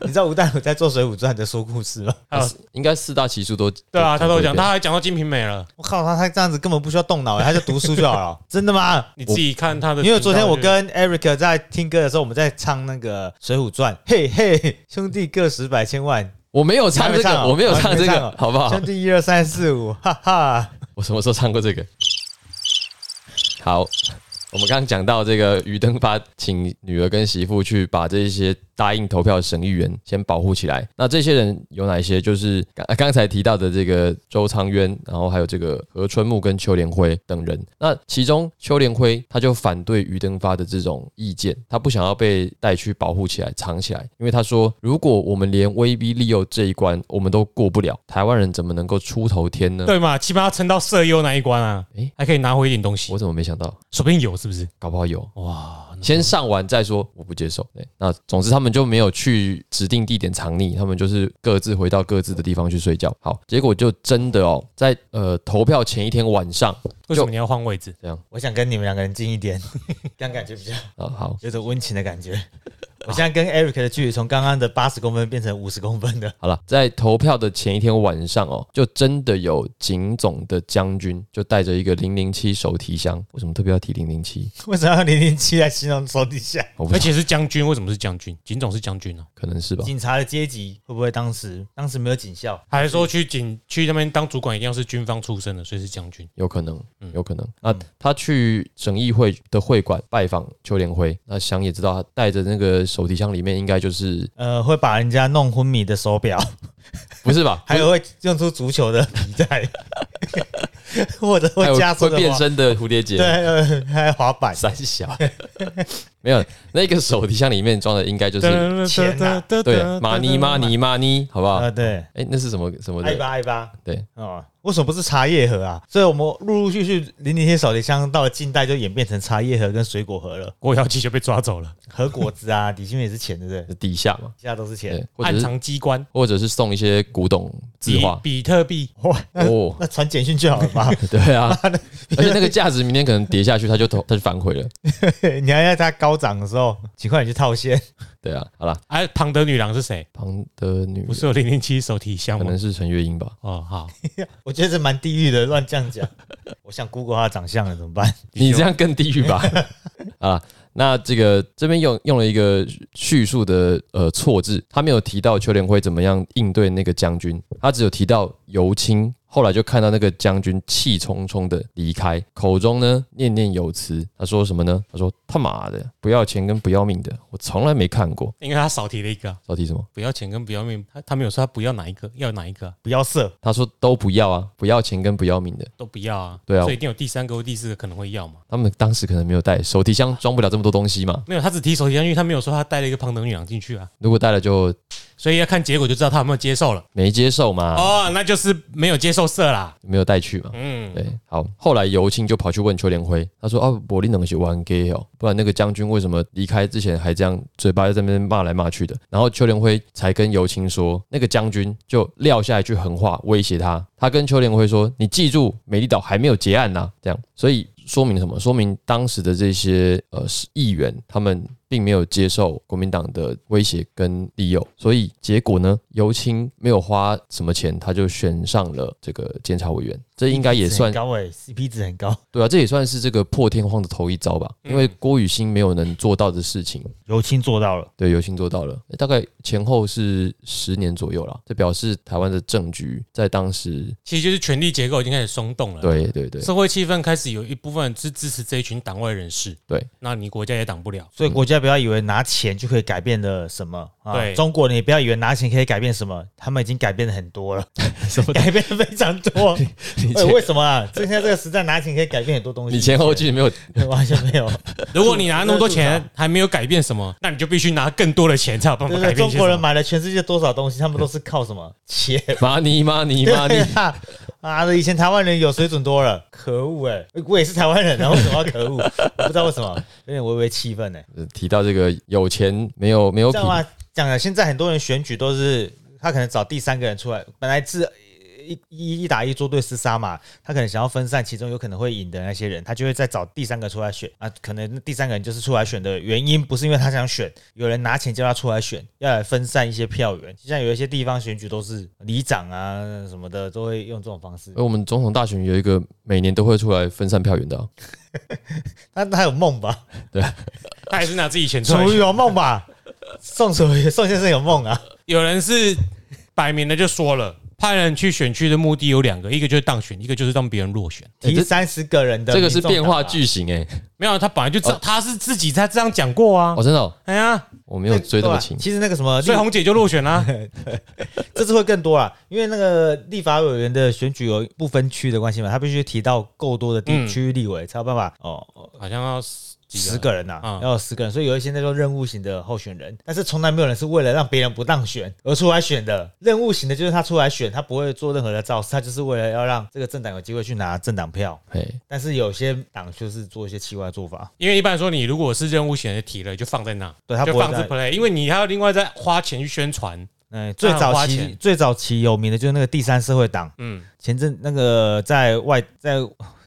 S3: 你知道吴淡如在做《水浒传》在说故事吗？
S1: 还有
S2: 应该四大奇书都
S1: 对啊，他都有讲，他
S2: 他
S1: 还讲到《金瓶梅》了。
S3: 我靠，他他这样子根本不需要动脑，他就读书就好了。 真的吗？
S1: 你自己看他的频道就，
S3: 因为昨天我跟 Eric 在听歌的时候，我们在唱那个《水浒传》，嘿嘿，兄弟个十百千万，
S2: 我没有唱这个，
S3: 你还没唱哦
S2: 我没有唱这
S3: 你还
S2: 个
S3: 没唱哦，
S2: 好不好
S3: 兄？弟一二三四五，哈哈。
S2: 我什么时候唱过这个？好，我们刚刚讲到这个于登发请女儿跟媳妇去把这些答应投票的省议员先保护起来。那这些人有哪一些？就是刚刚才提到的这个周仓渊，然后还有这个何春木跟邱连辉等人。那其中邱连辉他就反对于登发的这种意见，他不想要被带去保护起来、藏起来，因为他说，如果我们连威逼利诱这一关我们都过不了，台湾人怎么能够出头天呢？
S1: 对嘛，起码要撑到色诱那一关啊，
S2: 诶
S1: 还可以拿回一点东西
S2: 我，怎么没想到？
S1: 说不定有是不是？
S2: 搞不好有，
S1: 哇，
S2: 先上完再说，我不接受。对，那总之他们就没有去指定地点藏匿，他们就是各自回到各自的地方去睡觉。好，结果就真的哦，在呃投票前一天晚上
S1: 为什么你要换位置？
S3: 我想跟你们两个人近一点，这样感觉比较
S2: 啊，好，
S3: 有种温情的感觉。我现在跟 Eric 的距离从刚刚的八十公分变成五十公分的，
S2: 好了，在投票的前一天晚上哦，就真的有警总的将军就带着一个零零七手提箱，为什么特别要提零零七？
S3: 为什么要零零七来形容手底下？
S2: 我不
S1: 而
S2: 知道，
S1: 且是将军，为什么是将军？警总是将军啊，
S2: 可能是吧。
S3: 警察的阶级会不会当时当时没有警校？
S1: 还是说去警去那边当主管一定要是军方出身的，所以是将军？
S2: 有可能，
S3: 嗯
S2: 有可能。那他去省议会的会馆拜访邱连辉，那想也知道，他带着那个手提箱里面应该 就是
S3: 呃，会把人家弄昏迷的 手表，
S2: 不是吧？
S3: 还有会用出足球的皮 带，或者
S2: 还
S3: 会
S2: 有
S3: 加速
S2: 会
S3: 的
S2: 变
S3: 滑，
S2: 身的蝴蝶结，
S3: 对，，呃还有滑板。
S2: 三小 没有那个手提箱里面装的应该就是
S3: 钱啊
S2: 对马尼马尼马尼，好不好？
S3: 呃，对，
S2: 哎，那是什么什么
S3: 爱
S2: 的？
S3: 吧爱吧，
S2: 对，
S3: 哦，为什么不是茶叶盒啊？所以我们陆陆续续零零七手提箱到了近代就演变成茶叶盒跟水果盒了，
S1: 郭瑶姬就被抓走了，
S3: 和果 子啊，底薪也是钱，对不对？
S2: 底下嘛，
S3: 现在都是钱，
S2: 对，或者
S1: 暗
S2: 是
S1: 藏机关，
S2: 或者是送一些古董字
S1: 比
S2: 画
S1: 比特币，
S2: 哦，
S3: 那传简讯就好了吧？
S2: 对 啊，而且那个价值明天可能跌下去，他就投他就反悔了，
S3: 你还要在它高涨的时候，尽快你去套现。
S2: 对啊，好啦，
S1: 哎，庞德女郎是谁？
S2: 庞德女
S1: 不是有零零七手提箱
S2: 可
S1: 吗
S2: 能？是陈月英吧。
S1: 哦，好，
S3: 我觉得这蛮地狱的，乱这样讲。我想 Google 他的长相了，怎么办？
S2: 你这样更地狱 吧？啊，那这个这边用用了一个叙述的呃错字，他没有提到邱连辉怎么样应对那个将军，他只有提到尤青。后来就看到那个将军气冲冲的离开，口中呢念念有词。他说什么呢？他说他妈的不要钱跟不要命的，我从来没看过。
S1: 因为他少提了一个啊、
S2: 到底什么？
S1: 不要钱跟不要命，他他没有说他不要哪一个，要哪一个啊、
S3: 不要色，
S2: 他说都不要啊，不要钱跟不要命的。
S1: 都不要啊。
S2: 对啊
S1: 所以一定有第三个或第四个可能会要嘛。
S2: 他们当时可能没有带手提箱，装不了这么多东西嘛。
S1: 没有，他只提手提箱，因为他没有说他带了一个胖等女郎进去啊，
S2: 如果带了就
S1: 所以要看结果就知道他有没有接受了。
S2: 没接受
S3: 啊
S2: 嘛，
S1: 哦，那就是没有接受色啦。
S2: 没有带去嘛。
S1: 嗯，
S2: 对，好，后来尤庆就跑去问邱连辉，他说：“哦，柏林能是玩 gay 哦，不然那个将军为什么离开之前还这样嘴巴在那边骂来骂去的？”然后邱连辉才跟尤庆说，那个将军就撂下一句狠话威胁他，他跟邱连辉说：“你记住，美丽岛还没有结案呐、啊这样，所以说明什么？说明当时的这些呃议员他们。并没有接受国民党的威胁跟利诱，所以结果呢，尤青没有花什么钱，他就选上了这个监察委员。这应该也算
S3: 很高哎、c p 值很高。
S2: 对啊，这也算是这个破天荒的头一招吧，因
S3: 嗯
S2: 为郭雨欣没有能做到的事情，
S3: 尤青做到了，
S2: 对尤欣做到了，诶大概前后是十年左右啦。这表示台湾的政局在当时，
S1: 其实就是权力结构已经开始松动了。。
S2: 对对
S3: 嗯
S2: 对，
S1: 社会气氛开始有一部分是支持这一群党外人士，
S2: 对，
S1: 那你国家也挡不了，
S3: 所以国家不要以为拿钱就可以改变了什么啊！
S1: 对
S3: 中国人也不要以为拿钱可以改变什么，他们已经改变了很多了，什么 改变了非常多。哎为什么啊？这现在这个时代拿钱可以改变很多东西，
S2: 你前后句没有，
S3: 完全没有。
S1: 如果你拿那么多钱还没有改变什么，那你就必须拿更多的钱才有办法
S3: 对
S1: 改
S3: 对，
S1: 变
S3: 中
S1: 些什么。
S3: 国人买了全世界多少东西，他们都是靠什么钱？
S2: 妈你妈你妈
S3: 对
S2: 你，
S3: 啊，妈的，以前台湾人有水准多了，可恶哎、我也是台湾人啊，为什么 要可恶？我不知道为什么，有点微微气愤哎。
S2: 呃提到这个有钱没有没有
S3: 知
S2: 品
S3: 道，吗？讲了，现在很多人选举都是他可能找第三个人出来，本来是一一一打一作对厮杀嘛，他可能想要分散其中有可能会赢的那些人，他就会再找第三个出来选啊。可能第三个人就是出来选的原因，不是因为他想选，有人拿钱叫他出来选，要来分散一些票源。就像有一些地方选举都是里长啊什么的，都会用这种方式。
S2: 而我们总统大选有一个每年都会出来分散票源的啊、
S3: 他他有梦吧？
S1: 他还是拿自己钱出来
S3: 楚瑜。有梦吧？宋楚瑜宋先生有梦啊？
S1: 有人是摆明了就说了，派人去选区的目的有两个，一个就是当选，一个就是让别人落选。
S2: 哎
S3: 提
S2: 这
S3: 三十个人的、
S2: 这个是
S3: 啊
S2: 变化。剧情哎、
S1: 没有，他本来就知道，
S2: 哦
S1: 他是自己在这样讲过啊
S2: 哦。真的哦、
S1: 哎呀，
S2: 我没有追那么
S3: 对啊
S2: 勤
S3: 吧，其实那个什么立
S1: 所以红姐就落选 啦。
S3: 这次会更多啦，啊因为那个立法委员的选举有不分区的关系嘛，他必须提到够多的地
S1: 嗯
S3: 区域立委、才有办法哦，哦
S1: 好像要十几
S3: 十个人呐、啊
S2: 啊
S1: 嗯
S3: 要有十个人，所以有一些那种任务型的候选人，但是从来没有人是为了让别人不当选而出来选的。任务型的就是他出来选，他不会做任何的造势，他就是为了要让这个政党有机会去拿政党票。
S2: 哎，
S3: 但是有些党就是做一些奇怪的做法，
S1: 因为一般说你如果是任务险的提了，就放在那，
S3: 对他不
S1: 就
S3: 会
S1: 放
S3: 在
S1: 置 play，因为你还要另外再花钱去宣传。
S3: 嗯，最
S1: 那很
S3: 早
S1: 花
S3: 期
S1: 钱
S3: 最早期有名的就是那个第三社会党，
S1: 嗯，
S3: 前阵那个在外在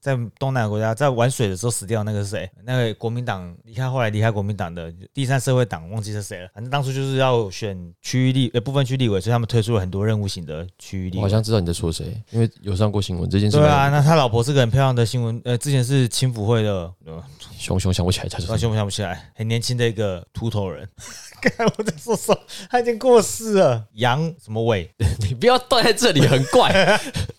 S3: 在东南亚国家，在玩水的时候死掉那个是谁？那个国民党离开，后来离开国民党的第三社会党，忘记是谁了。反正当初就是要选区域立呃部分区立委，所以他们推出了很多任务型的区域立
S2: 我
S3: 委。
S2: 好像知道你在说谁，因为有上过新闻这件事。
S3: 对啊，，那他老婆是个很漂亮的新闻，呃，之前是青辅会的，呃
S2: 熊熊想不起来他是
S3: 完全想不起来，哎很年轻的一个秃头 人。看我在说什么？他已经过世了。杨什么伟？
S2: 你不要断在这里，很怪。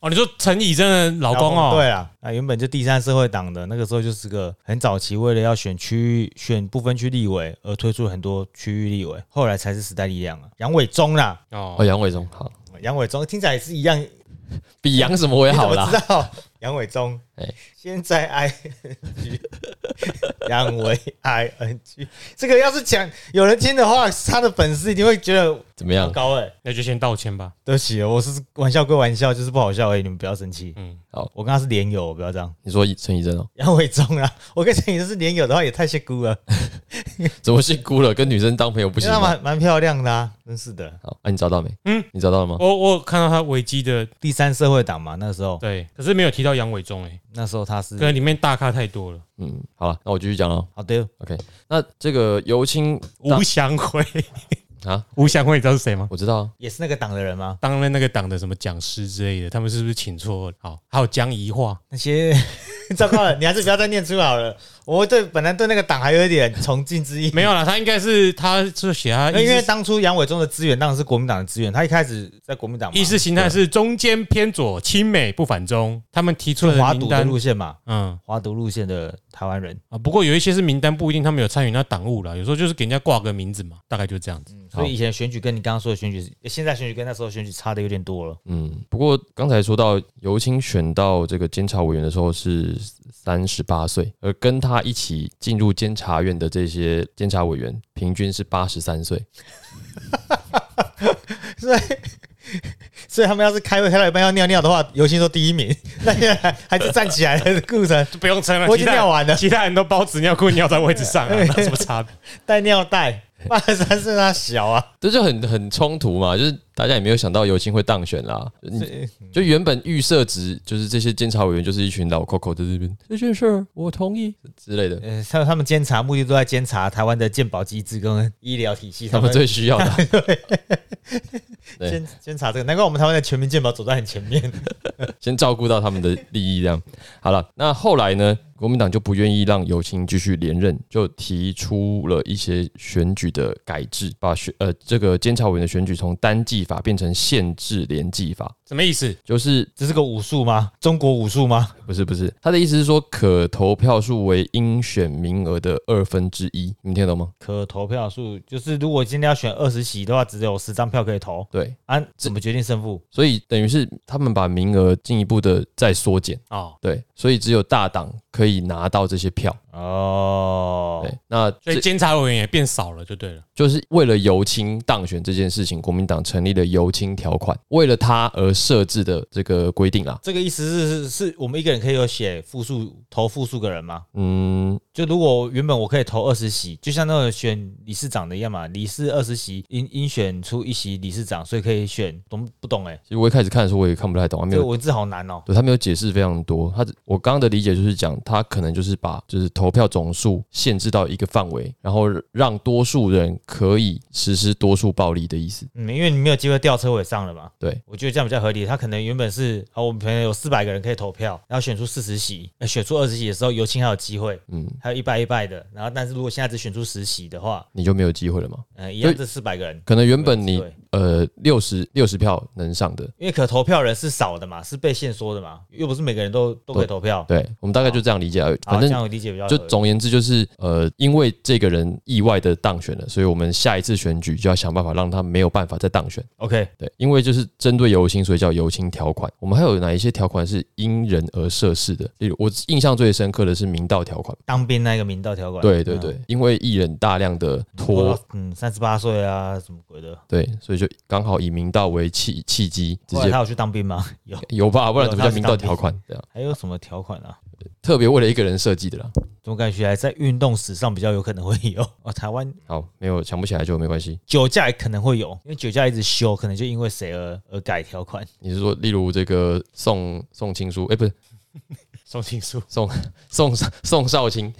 S1: 哦，你说陈以真的老公哦，
S3: 对啊，啊，原本就第三社会党的那个时候就是个很早期，为了要选区域、选部分区立委而推出很多区域立委，后来才是时代力量啊。杨伟忠啦，
S2: 哦，
S1: 哦，
S2: 杨伟忠好，
S3: 杨伟忠听起来也是一样，你
S2: 比杨什么伟
S3: 怎
S2: 好
S3: 么
S2: 啦
S3: 知。道？杨伟忠，
S2: 哎
S3: 现在 I N G，杨伟 I N G，这个要是讲有人听的话，他的粉丝一定会觉得
S2: 怎么样
S3: 糟？糕哎、
S1: 那就先道歉吧。
S3: 对不起，我是玩笑归玩笑，就是不好笑而已，你们不要生气。
S1: 嗯，
S2: 好
S3: 我跟他是连友，不要这样。
S2: 你说陈以真哦，
S3: 杨伟忠啊，我跟陈颖是连友的话也太谢姑了，
S2: 怎么姓辜了？跟女生当朋友不
S3: 不
S2: 行
S3: 她
S2: 吗？
S3: 蛮蛮漂亮的啊，真是的。
S2: 好，啊，你找到没？嗯
S1: 嗯，
S2: 你找到了
S3: 哦
S2: 吗？
S1: 我我有看到他维基的
S3: 第三社会党嘛，那时候
S1: 对，可是没有提到杨伟忠哎，
S3: 那时候哦他是哦
S1: 可能里面大咖太多了，
S2: 嗯，好了，那我继续讲喽。
S3: 好的，
S2: OK，那这个尤青
S1: 吴祥辉
S2: 啊，
S1: 吴祥辉你知道是谁吗？
S2: 我知道啊，
S3: 也是那个党的人吗？
S1: 当了那个党的什么讲师之类的，他们是不是请错了？好，还有江宜桦，
S3: 那些 糟糕了，你还是不要再念出好了。我对本来对那个党还有一点崇敬之意，
S1: 没有啦，他应该是他是写他
S3: 那因为
S1: 意识
S3: 当初杨伟忠的资源当然是国民党的资源，他一开始在国民党嘛
S1: 意识形态是中间偏左、亲美不反中，他们提出
S3: 是华
S1: 了名
S3: 独的
S1: 单
S3: 路，线嘛，
S1: 嗯。
S3: 华独路线的台湾人，
S1: 啊，不过有一些是名单不一定他们有参与那党务啦，有时候就是给人家挂个名字嘛，大概就这样子。
S3: 所以以前选举跟你刚刚说的选举是，现在选举跟那时候选举差的有点多 了。
S2: 嗯，不过刚才说到尤青选到这个监察委员的时候是三十八岁，而跟他一起进入监察院的这些监察委员平均是八十三岁，
S3: 所以他们要是开会开到一半要尿尿的话，尤其都第一名， 那现在还是站起来的顾城
S1: 就不用撑了
S3: 我已经尿完了
S1: 其他人都包纸尿裤尿在位置上 啊，那有什么差别？
S3: 带尿 袋，八十三岁他小啊，
S2: 这就很很冲突嘛，就是大家也没有想到尤青会当选啦，你就原本预设值就是这些监察委员就是一群老 Coco 在这边这件事儿我同意之类的，
S3: 呃，他他们监察目的都在监察台湾的健保机制跟医疗体系，
S2: 他们最需要的。 对
S3: 监监察这个，难怪我们台湾的全民健保走在很前 面。
S2: 先照顾到他们的利益，这样好了。那后来呢？国民党就不愿意让尤清继续连任，就提出了一些选举的改制，把选呃这个监察委员的选举从单季法变成限制联季法，
S1: 什么意思？
S2: 就是
S3: 这是个武术吗？中国武术吗？
S2: 不是不是他的意思是说可投票数为应选名额的二分之一，你们听得懂吗？
S3: 可投票数就是，如果今天要选二十席的话，只有十张票可以投
S2: 对，
S3: 啊，怎么决定胜负？
S2: 所以等于是他们把名额进一步的再缩减，
S1: 哦，
S2: 对，所以只有大党可以拿到这些票，
S3: 哦，
S2: 对，那
S1: 所
S2: 这
S1: 以监察委员也变少了，就对了。
S2: 就是为了尤清当选这件事情，国民党成立了尤清条款，为了他而设置的这个规定啊。
S3: 这个意思是是是我们一个人可以有写复数投复数个人吗？
S2: 嗯，
S3: 就如果原本我可以投二十席，就像那个选理事长的一样嘛，理事二十席，应应选出一席理事长，所以可以选，懂不懂、欸？哎，
S2: 其实我一开始看的时候我也看不太懂，他没
S3: 这个
S2: 有。
S3: 文字好难哦、
S2: 对他没有解释非常多，他只我刚刚的理解就是讲，他可能就是把就是投票总数限制到一个范围，然后让多数人可以实施多数暴力的意思。
S3: 嗯，因为你没有机会调车尾上了嘛。
S2: 对，
S3: 我觉得这样比较合理。他可能原本是啊，我们可能有四百个人可以投票，然后选出四十席，呃选出二十席的时候，尤青还有机会，
S2: 嗯，
S3: 还有一败一败的。然后，但是如果现在只选出十席的话，
S2: 你就没有机会了嘛？
S3: 呃，一样这四百个人，
S2: 可能原本
S3: 没
S2: 你
S3: 有机会
S2: 呃六十六十票能上的，
S3: 因为可投票人是少的嘛，是被限缩的嘛，又不是每个人都都可以投票。
S2: 对我们大概就这样理解而已。
S3: 好，
S2: 反
S3: 这
S2: 正
S3: 样我理解比较合
S2: 就
S3: 理
S2: 总而言之，就是呃，因为这个人意外的当选了，所以我们下一次选举就要想办法让他没有办法再当选。
S3: OK。
S2: 对，因为就是针对游行，所以叫游行条款。我们还有哪一些条款是因人而设置的？例如，我印象最深刻的是明道条款。
S3: 当兵那个明道条款。
S2: 对对
S3: 嗯
S2: 对，，因为艺人大量的拖，
S3: 嗯，三十八岁啊，什么鬼的？
S2: 对，所以就刚好以明道为契契机，直
S3: 后来
S2: 接
S3: 他有去当兵吗？有，
S2: 有吧，不然怎么
S3: 有
S2: 叫
S3: 他
S2: 明
S3: 是
S2: 道
S3: 当兵
S2: 条款？对啊，
S3: 还有什么条款啊？
S2: 特别为了一个人设计的啦。
S3: 怎么感觉还在运动史上比较有可能会有 哦？台湾
S2: 好，没有想不起来就没关系。
S3: 酒驾也可能会有，因为酒驾一直修，可能就因为谁而而改条款。
S2: 你是说，例如这个送送情书？哎、不是
S1: 宋庆书，
S2: 宋宋宋少卿，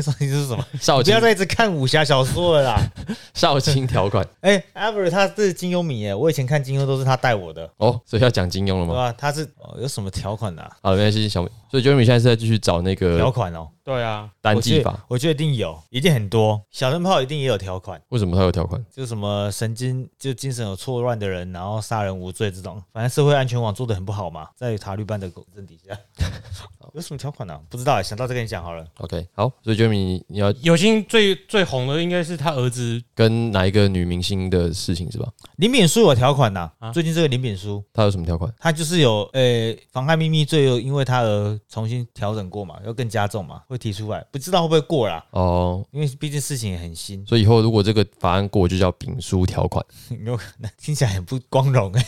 S3: 上一是什么？
S2: 少
S3: 不
S2: 卿
S3: 要再一直看武侠小说了啦。
S2: 少卿条款
S3: 哎、a v e r 他是金庸迷耶，我以前看金庸都是他带我的，
S2: 哦，所以要讲金庸了吗？
S3: 对吧？他是、哦、有什么条款的啊、
S2: 好了，没关系，小美。所以 Jeremy 现在是在继续找那
S3: 条
S2: 个
S3: 款哦，
S1: 对啊，
S2: 单
S3: 我觉
S2: 记
S3: 得
S2: 法，
S3: 我觉得一定有，一定很多。小灯泡一定也有条款，
S2: 为什么他有条款？
S3: 就什么神经就精神有错乱的人，然后杀人无罪这种，反正社会安全网做的很不好嘛，在塔利班的狗政底下，有什么条款呢、啊不知道、欸想到再跟你讲好了。
S2: OK，好，所以 Jeremy 你要
S1: 有心最最红的应该是他儿子，
S2: 跟哪一个女明星的事情是吧？
S3: 林炳书有条款呐、
S1: 啊
S3: 最近这个林炳书，
S2: 他有什么条款？
S3: 他就是有呃、妨害秘密罪，有因为他而重新调整过嘛，要更加重嘛，会提出来，不知道会不会过啦，
S2: 哦，
S3: 因为毕竟事情也很新，
S2: 所以以后如果这个法案过，就叫丙书条款。
S3: 有可能听起来很不光荣哎、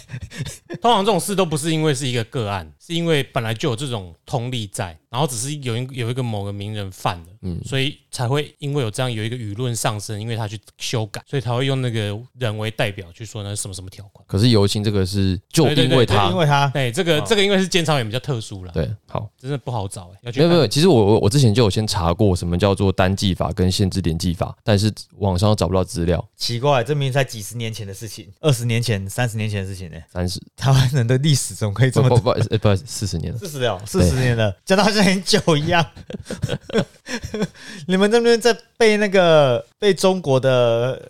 S1: 通常这种事都不是因为是一个个案，是因为本来就有这种通例在，然后只是有一有一个某个名人犯了，
S2: 嗯，
S1: 所以才会因为有这样有一个舆论上升，因为他去修改，所以才会用那个人为代表去说那是什么什么条款。
S2: 可是尤青这个是就
S1: 对对
S2: 因
S1: 对
S2: 为
S1: 对
S2: 他，
S3: 因为他
S1: 哎、这
S3: 哦
S1: 个这个因为是监察员比较特殊了，
S2: 对，好，
S1: 真的不好找哎、要去
S2: 没有没
S1: 看
S2: 有，其实我我我之前就有先查过什么叫做单记法跟限制点记法，但是网上找不到资料。
S3: 奇怪，这明明才几十年前的事情，二十年前、三十年前的事情呢、
S2: 三十
S3: 台湾人的历史怎么可以这
S2: 不
S3: 么
S2: 不不，呃不四十年了。
S3: 四十了，四十年了，讲到好像很久一样。 你们这边在背那个背中国的、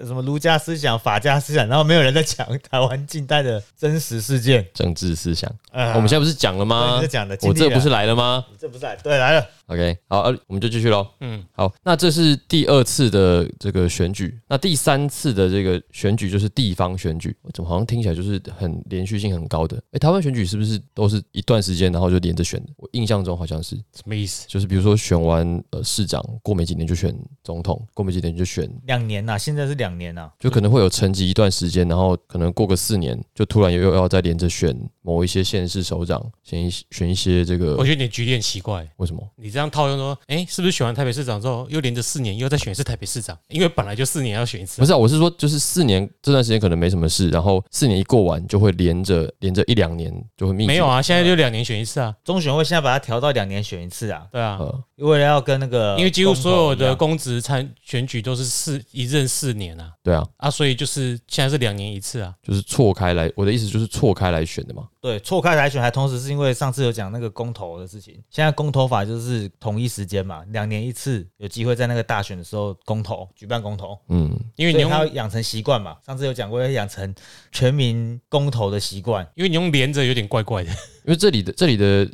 S3: 呃、什么儒家思想、法家思想，然后没有人在讲台湾近代的真实事件。
S2: 政治思想，
S3: 呃
S2: 我们现在不是讲了
S3: 对
S2: 吗
S3: 你在？讲的，
S2: 我这
S3: 尽力了
S2: 不是来了吗
S3: 你这不是来对来了，
S2: ？OK，好，呃我们就继续喽。
S1: 嗯，
S2: 好，那这是第二次的这个选举，那第三次的这个选举就是地方选举，我怎么好像听起来就是很连续性很高的？诶，台湾选举是不是都是一段时间然后就连着选的？我印象中好像是，
S1: 什么意思？
S2: 就是比如说选完呃市长，过没几年就选总统，过没几年就选，
S3: 两年呐、现在是两年呐、啊
S2: 就可能会有沉寂一段时间，然后可能过个四年，就突然又又要再连着选某一些县市首长，选一选一些这个
S1: 我觉得你的举例很奇怪。欸
S2: 为什么？
S1: 你这样套用说，哎、是不是选完台北市长之后，又连着四年又再选一次台北市长？因为本来就四年要选一次啊、
S2: 不是、啊，我是说，就是四年这段时间可能没什么事，然后四年一过完，就会连着连着一两年就会密集
S1: 没有，啊，现在就两年选一次啊，
S3: 中选会现在把它调到两年选一次啊，
S1: 对啊，
S2: 呃，
S3: 为了要跟那个
S1: 因为几乎所有的
S3: 呃公
S1: 公职参选举都是四一任四年啊，
S2: 对啊，
S1: 啊，所以就是现在是两年一次啊，
S2: 就是错开来，我的意思就是错开来选的嘛。
S3: 投一样对错开来选，还同时是因为上次有讲那个公投的事情，现在公投法就是统一时间嘛，两年一次，有机会在那个大选的时候公投举办公投，
S2: 嗯，
S1: 因为
S3: 所
S1: 你
S3: 以他要
S1: 用
S3: 养成习惯嘛。上次有讲过要养成全民公投的习惯，
S1: 因为你用连着有点怪怪的，
S2: 因为这里的这里的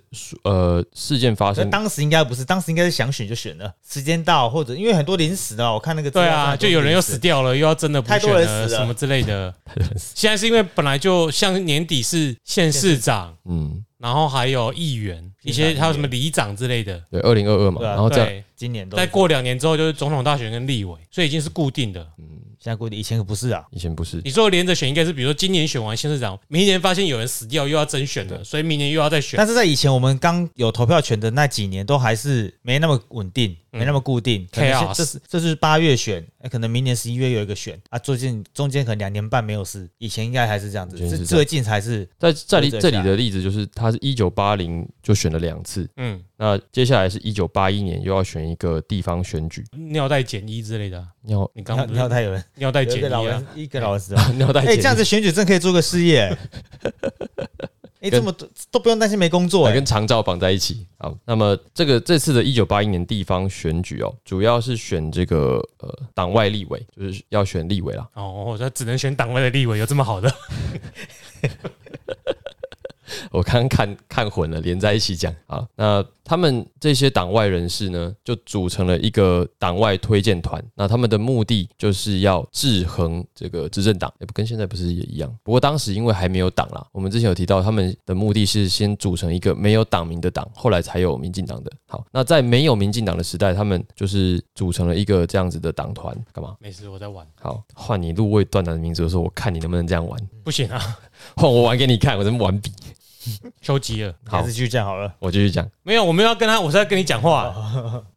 S2: 呃事件发
S3: 可
S1: 嗯
S3: 是
S2: 生，
S3: 当时应该不是，当时应该是想选就选了，时间到或者因为很多临时的啊，我看那个资料
S1: 对啊，
S3: 上
S1: 就有人又
S3: 很多
S1: 死
S3: 临时。
S1: 掉了，又要真的补
S3: 太
S1: 选
S3: 多人死了
S1: 什么之类的。
S2: 人
S1: 现在是因为本来就像年底是县市长，
S2: 嗯，
S1: 然后还有议员，一些还有什么里长之类的，
S2: 对，二零二二嘛，
S3: 对啊
S2: 然后哦这样，
S1: 对。
S3: 今年都
S1: 再
S3: 是
S1: 过两年之后就是总统大选跟立委，所以已经是固定的。
S3: 现在估计以前可不是啊，
S2: 以前不是
S1: 你说连着选应该是，比如说今年选完县市长，明年发现有人死掉又要甄选了，所以明年又要再选。
S3: 但是在以前我们刚有投票权的那几年，都还是没那么稳定，没那么固定。可能是
S1: 嗯 Chaos
S3: 这是这是八月选，哎可能明年十一月有一个选啊。最近中间可能两年半没有事，以前应该还是这样子，
S2: 以前是
S3: 是
S2: 这样
S3: 最近才是
S2: 在这里
S3: 规则
S2: 这
S3: 下
S2: 里的例子就是，他是一九八零就选了两次，
S1: 嗯，
S2: 那接下来是一九八一年又要选一个地方选举，
S1: 尿袋减一之类的啊。
S2: 尿
S1: 你刚
S3: 尿
S1: 刚不是
S3: 尿太有人，
S1: 尿袋
S3: 有
S1: 减
S3: 一个老
S1: 一啊
S3: 人？一个老 人死了。
S2: 尿袋
S3: 哎、
S2: 检疫
S3: 这样子选举真可以做个事业、哎哎、这么多都不用担心没工作、
S2: 我
S3: 哎
S2: 跟长照绑在一起。好，那么这个这次的一九八一年地方选举哦，主要是选这个呃党外立委，就是要选立委啦。
S1: 哦，他只能选党外的立委，有这么好的？
S2: 我刚刚看看混了，连在一起讲啊。那他们这些党外人士呢，就组成了一个党外推荐团。那他们的目的就是要制衡这个执政党，也不跟现在不是也一样。不过当时因为还没有党啦，我们之前有提到，他们的目的是先组成一个没有党名的党，后来才有民进党的。好，那在没有民进党的时代，他们就是组成了一个这样子的党团，干嘛？
S1: 没事，我在玩，
S2: 好，换你入味断档的名字的时候，我看你能不能这样玩。
S1: 不行啊，
S2: 换我玩给你看，我怎么玩笔？
S1: 丘吉尔
S2: 好
S3: 还是继续这样好了。
S2: 我继续讲。
S1: 没有，我没有要跟他，我是在跟你讲话。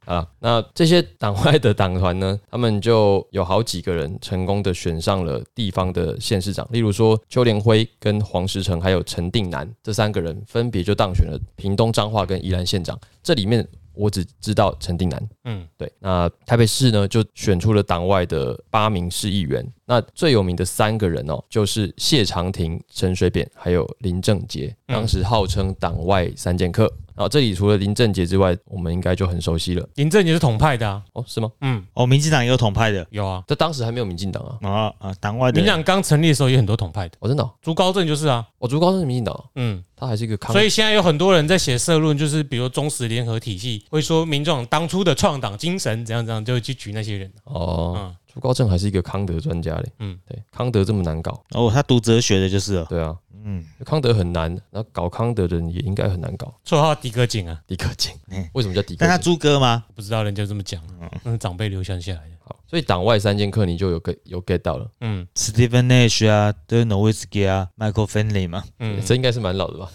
S2: 啊。那这些党外的党团呢，他们就有好几个人成功的选上了地方的县市长，例如说邱连辉、跟黄石成还有陈定南这三个人分别就当选了屏东彰化跟宜兰县长。这里面我只知道陈定南，
S1: 嗯，
S2: 对，那台北市呢就选出了党外的八名市议员，那最有名的三个人哦，就是谢长廷、陈水扁还有林正杰，
S1: 嗯
S2: 当时号称党外三剑客。然后这里除了林正杰之外，我们应该就很熟悉了
S1: 林正也是统派的啊，
S2: 哦，是吗？
S1: 嗯，
S3: 哦，民进党也有统派的
S1: 有啊，
S2: 这当时还没有民进党啊，
S3: 啊啊，党外的
S1: 民进党刚成立的时候也很多统派的，
S2: 哦，真的哦，
S1: 朱高正就是啊，
S2: 哦，竹高是民进党哦，
S1: 嗯，
S2: 他还是一个康，
S1: 所以现在有很多人在写社论，就是比如中时联合体系会说民众当初的创党精神怎样怎样，就会去举那些人，
S2: 哦
S1: 嗯，
S2: 朱高正还是一个康德专家嘞，嗯
S1: 嗯，
S2: 对，康德这么难搞，
S3: 哦，他读哲学的就是了。
S2: 对啊，
S3: 嗯，
S2: 康德很难，那搞康德的人也应该很难搞，
S1: 绰号迪哥井啊，
S2: 狄克靖
S3: 嗯，
S2: 为什么叫狄克
S3: 但
S2: 靖
S3: 他？猪哥吗？
S1: 不知道人家这么讲，那是长辈流传下来的，
S2: 好，所以党外三剑客你就有 get 有 get 到了，
S1: 嗯
S3: Stephen Nash 啊 d e r n o w i t z k i 啊，Michael Finley 嘛，
S1: 嗯，
S2: 这应该是蛮老的吧？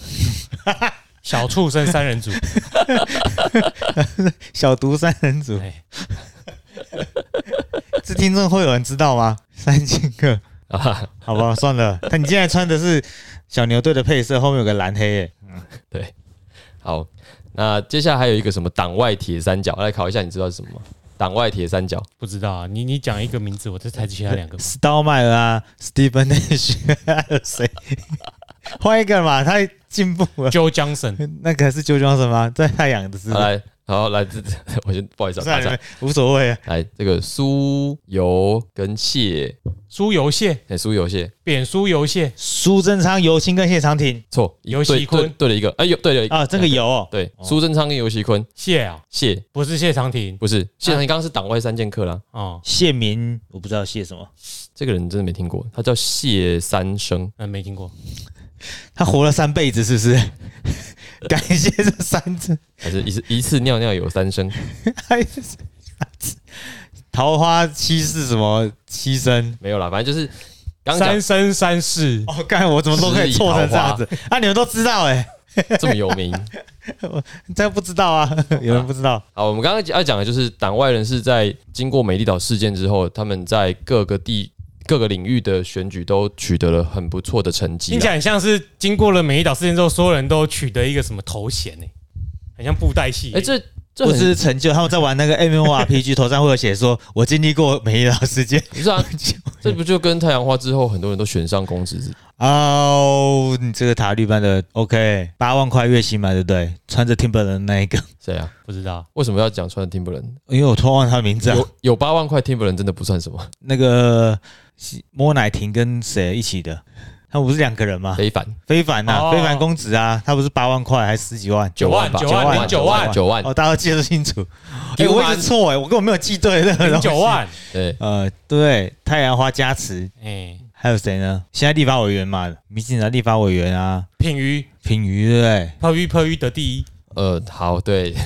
S1: 小畜生三人组，
S3: 小毒三人组，
S1: 哎，
S3: 这听众会有人知道吗？三千个，
S2: 啊，
S3: 好吧，算了。但你现在穿的是小牛队的配色，后面有个蓝黑耶，
S2: 好，那接下来还有一个什么党外铁三角，来考一下，你知道是什么吗？党外铁三角，
S1: 不知道啊，你你讲一个名字，我这才其他两 个，
S3: s t a l m e r 啊，Stephen Nash 啊，还有谁？换一个嘛，他进步了。
S1: Joe Johnson，
S3: 那个是 j o j o 什么？在太阳的是
S2: 好来，好来，这 我先不好意思啊，
S3: 算
S2: 打岔
S3: 了，无所谓啊。
S2: 来，这个苏油跟蟹，
S1: 苏游蟹，
S2: 哎，苏油蟹
S1: 扁苏游蟹，
S3: 苏贞昌、尤青跟谢长廷
S2: 错，一
S1: 游
S2: 对
S1: 戏坤
S2: 对对了一个，哎，有对了一个，
S3: 啊，这个有哦
S2: 对，苏贞昌跟游戏坤
S1: 蟹啊，
S2: 蟹
S1: 不是谢长廷
S2: 不是
S1: 啊
S2: 谢长廷，刚刚是党外三剑客啦，
S1: 哦，
S3: 谢明，我不知道谢什么，
S2: 这个人真的没听过，他叫谢三生，
S1: 嗯，没听过，
S3: 他活了三辈子是不是？ 感谢这三次。
S2: 还是一次一次尿尿有三升，
S3: 还是啥子 桃花七是什么七生？
S2: 没有啦，反正就是刚刚
S1: 三生三世，
S3: 哦，干我怎么都可以错成这样子啊！你们都知道哎、
S2: 讲这么有名。
S3: 这不知道啊？ 有人不知道？
S2: 好，我们刚刚要讲的就是党外人士在经过美丽岛事件之后，他们在各个地、各个领域的选举都取得了很不错的成绩
S1: 听起
S2: 啦。
S1: 来很像是经过了美丽岛事件之后，所有人都取得一个什么头衔呢、很像布袋戏、
S2: 哎、这这
S3: 不
S2: 很
S3: 知成就，他们在玩那个 M O R P G，头上会有写说“我经历过美丽岛事件
S2: 不是 啊？这不就跟太阳花之后很多人都选上公职？”。
S3: 哦，你这个塔绿班的 OK，八万块月薪嘛，对不对？穿着 Timber 的那一个，
S2: 谁啊？
S1: 不知道
S2: 为什么要讲穿 Timberland？
S3: 因为我突然忘了他的名字啊。
S2: 有有八万块 Timberland 真的不算什么，
S3: 那个莫乃婷跟谁一起的？他们不是两个人吗？
S2: 非凡
S3: 非凡呐、
S1: 哦
S3: 非凡公子啊，他不是八万块还是十几万？
S2: 九万吧，
S1: 九万
S3: 零
S2: 九
S1: 九
S2: 万啊
S1: 万
S2: 九万
S3: 哦，，大家都记得清楚。哎、
S2: 九
S3: 我
S2: 万
S3: 一直错哎、我根本没有记对任何东
S1: 零
S3: 西
S1: 九。万，
S2: 对，
S3: 呃，对，太阳花加持，
S1: 哎、
S3: 还有谁呢？现在立法委员嘛，民进党立法委员啊，
S1: 品鱼
S3: 品瑜对不对？
S1: 破鱼破鱼得第一，
S2: 呃，好对。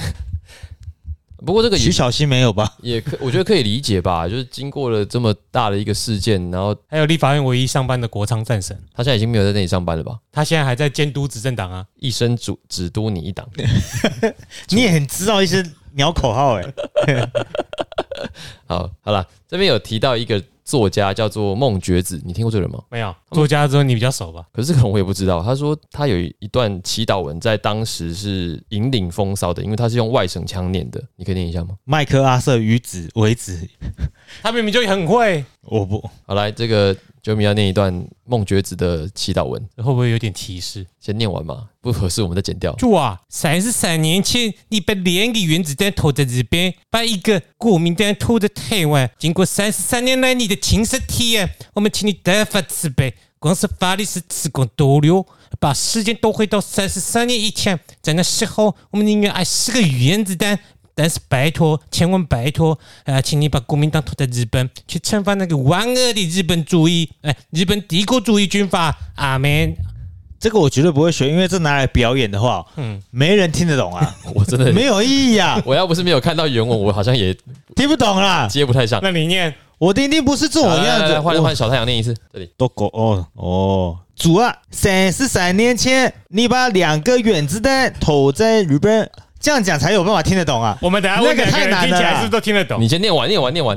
S2: 不过这个也
S3: 徐小新没有吧？
S2: 也可，我觉得可以理解吧，就是经过了这么大的一个事件，然后
S1: 还有立法院唯一上班的国昌战神，
S2: 他现在已经没有在那里上班了吧？
S1: 他现在还在监督执政党啊，
S2: 一生只只督你一 党。
S3: 你也很知道一些鸟口号哎、
S2: 好，好了，这边有提到一个作家叫做孟觉子，你听过这个人吗？
S1: 没有作家之后你比较熟吧？
S2: 可是这个人我也不知道。他说他有一段祈祷文，在当时是引领风骚的，因为他是用外省腔念的。你可以念一下吗？
S3: 麦克阿瑟与子为子，
S1: 他明明就很会，
S3: 我不
S2: 好，来，这个 j o m 要念一段孟觉子的祈祷文，
S1: 会不会有点歧视？
S2: 先念完嘛，不合适我们再剪掉。
S1: 就啊，三十三年前，你把两个原子弹投在日本，把一个国民弹投在台湾。经过三十三年来你的亲身体验，我们请你大发慈悲，光是法律是时光倒流，把时间倒回到三十三年以前。在那时候，我们宁愿爱十个原子弹。但是拜托，千万拜托，呃，请你把国民党拖到日本去惩罚那个万恶的日本主义，哎、日本帝国主义军阀，阿门。
S3: 这个我绝对不会学，因为这拿来表演的话，嗯，没人听得懂啊，
S2: 我真的
S3: 没有意义啊，
S2: 我要不是没有看到原文，我好像也
S3: 听不懂啊啦。
S2: 接不太上。
S1: 那你念，
S3: 我的一定不是这种
S2: 好来来
S3: 样
S2: 来
S3: 子，
S2: 来换一换小太阳念一次，这里
S3: 都狗哦哦，主啊，三十三年前，你把两个原子弹投在日本，这样讲才有办法听得懂啊。
S1: 我们等下问
S3: 那
S1: 两
S3: 个
S1: 个
S3: 太
S1: 人
S3: 难
S1: 听起
S3: 了
S1: 来
S3: 啦
S1: 是不是都听得懂
S2: 你？先念完，念完，念完。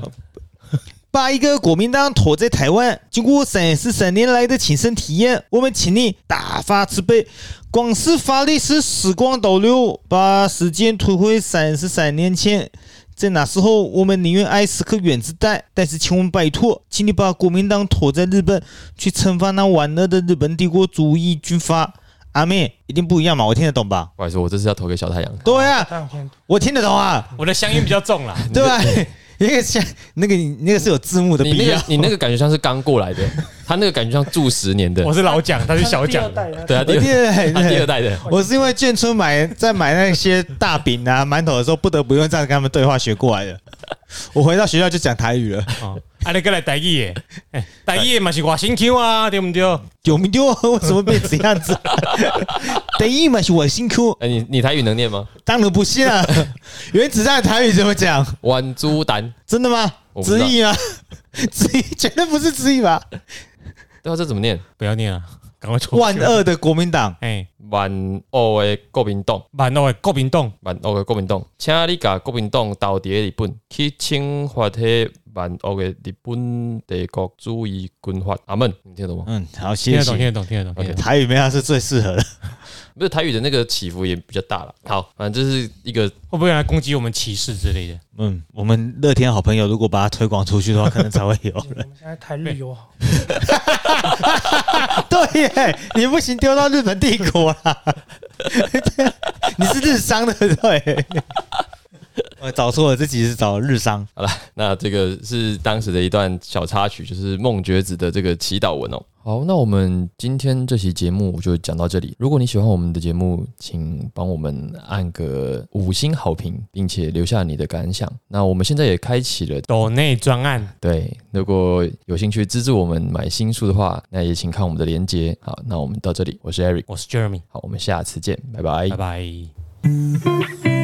S3: 把一个国民党拖在台湾，经过三十三年来的亲身体验，我们请你大发慈悲。光是法律是时光倒流，把时间推回三十三年前。在那时候，我们宁愿爱死颗原子弹，但是千万拜托，请你把国民党拖在日本，去惩罚那玩乐的日本帝国主义军阀。阿妹一定不一样嘛，我听得懂吧？
S2: 不好意思，我这次要投给小太阳。
S3: 对啊，
S4: 但我先
S3: 我听得懂啊，
S1: 我的乡音比较重啦，
S3: 对吧？那个像那个那个是有字幕的
S2: 你
S3: 必
S2: 那
S3: 要
S2: 个，你那个感觉像是刚过来的，他那个感觉像住十年 的
S1: 我，是老蒋，他是小蒋。
S4: 看第二代
S2: 对啊，
S3: 我
S2: 第
S3: 第
S2: 二
S3: 二
S2: 他第二代的，
S3: 我是因为眷村买在买那些大饼啊、馒头的时候，不得不用这样跟他们对话学过来 的。我回到学校就讲台语了，
S1: 哦，啊，你过来台语耶，
S3: 嗯
S1: 哎台语的嘛是外星腔啊，对不对？
S3: 有没有？我怎么变这样子、 啊？等一嘛是我辛苦，
S2: 哎，你你台语能念吗？
S3: 当然不啊信了。原子弹的台语怎么讲？
S2: 玩猪胆，
S3: 真的吗？
S2: 我不知
S3: 直
S2: 道
S3: 译吗？ 直译绝对不是直译吧？
S2: 对啊，这怎么念？
S1: 不要念啊，赶快出去
S3: 万。恶的国民党，
S1: 哎，
S2: 万恶的国民党，
S1: 万恶的国民党，
S2: 万恶的国民党，请你甲国民党投伫日本去惩罚迄万恶的日本帝国主义军阀。阿门，你听得懂吗？
S3: 嗯，好，
S1: 听
S3: 谢
S1: 得懂，听
S3: 谢。
S1: 得懂，听得懂，听得懂。
S3: 台语没有是最适合的，
S2: 不是台语的那个起伏也比较大了。好，反正这是一个
S1: 会不会来攻击我们歧视之类的？
S3: 嗯，我们乐天好朋友如果把它推广出去的话，可能才会有
S4: 我们现在台日友好，
S3: 对耶，你不行，丢到日本帝国啦！ 你是日商的对？ 我找错了，这集是找日商。
S2: 好了，那这个是当时的一段小插曲，就是梦觉子的这个祈祷文哦。好，那我们今天这期节目就讲到这里。如果你喜欢我们的节目，请帮我们按个五星好评，并且留下你的感想。那我们现在也开启了
S1: 岛内专案，
S2: 对，如果有兴趣资助我们买新书的话，那也请看我们的链接。好，那我们到这里，我是 Eric，
S1: 我是 Jeremy，
S2: 好，我们下次见，拜拜
S1: 拜拜。
S3: 拜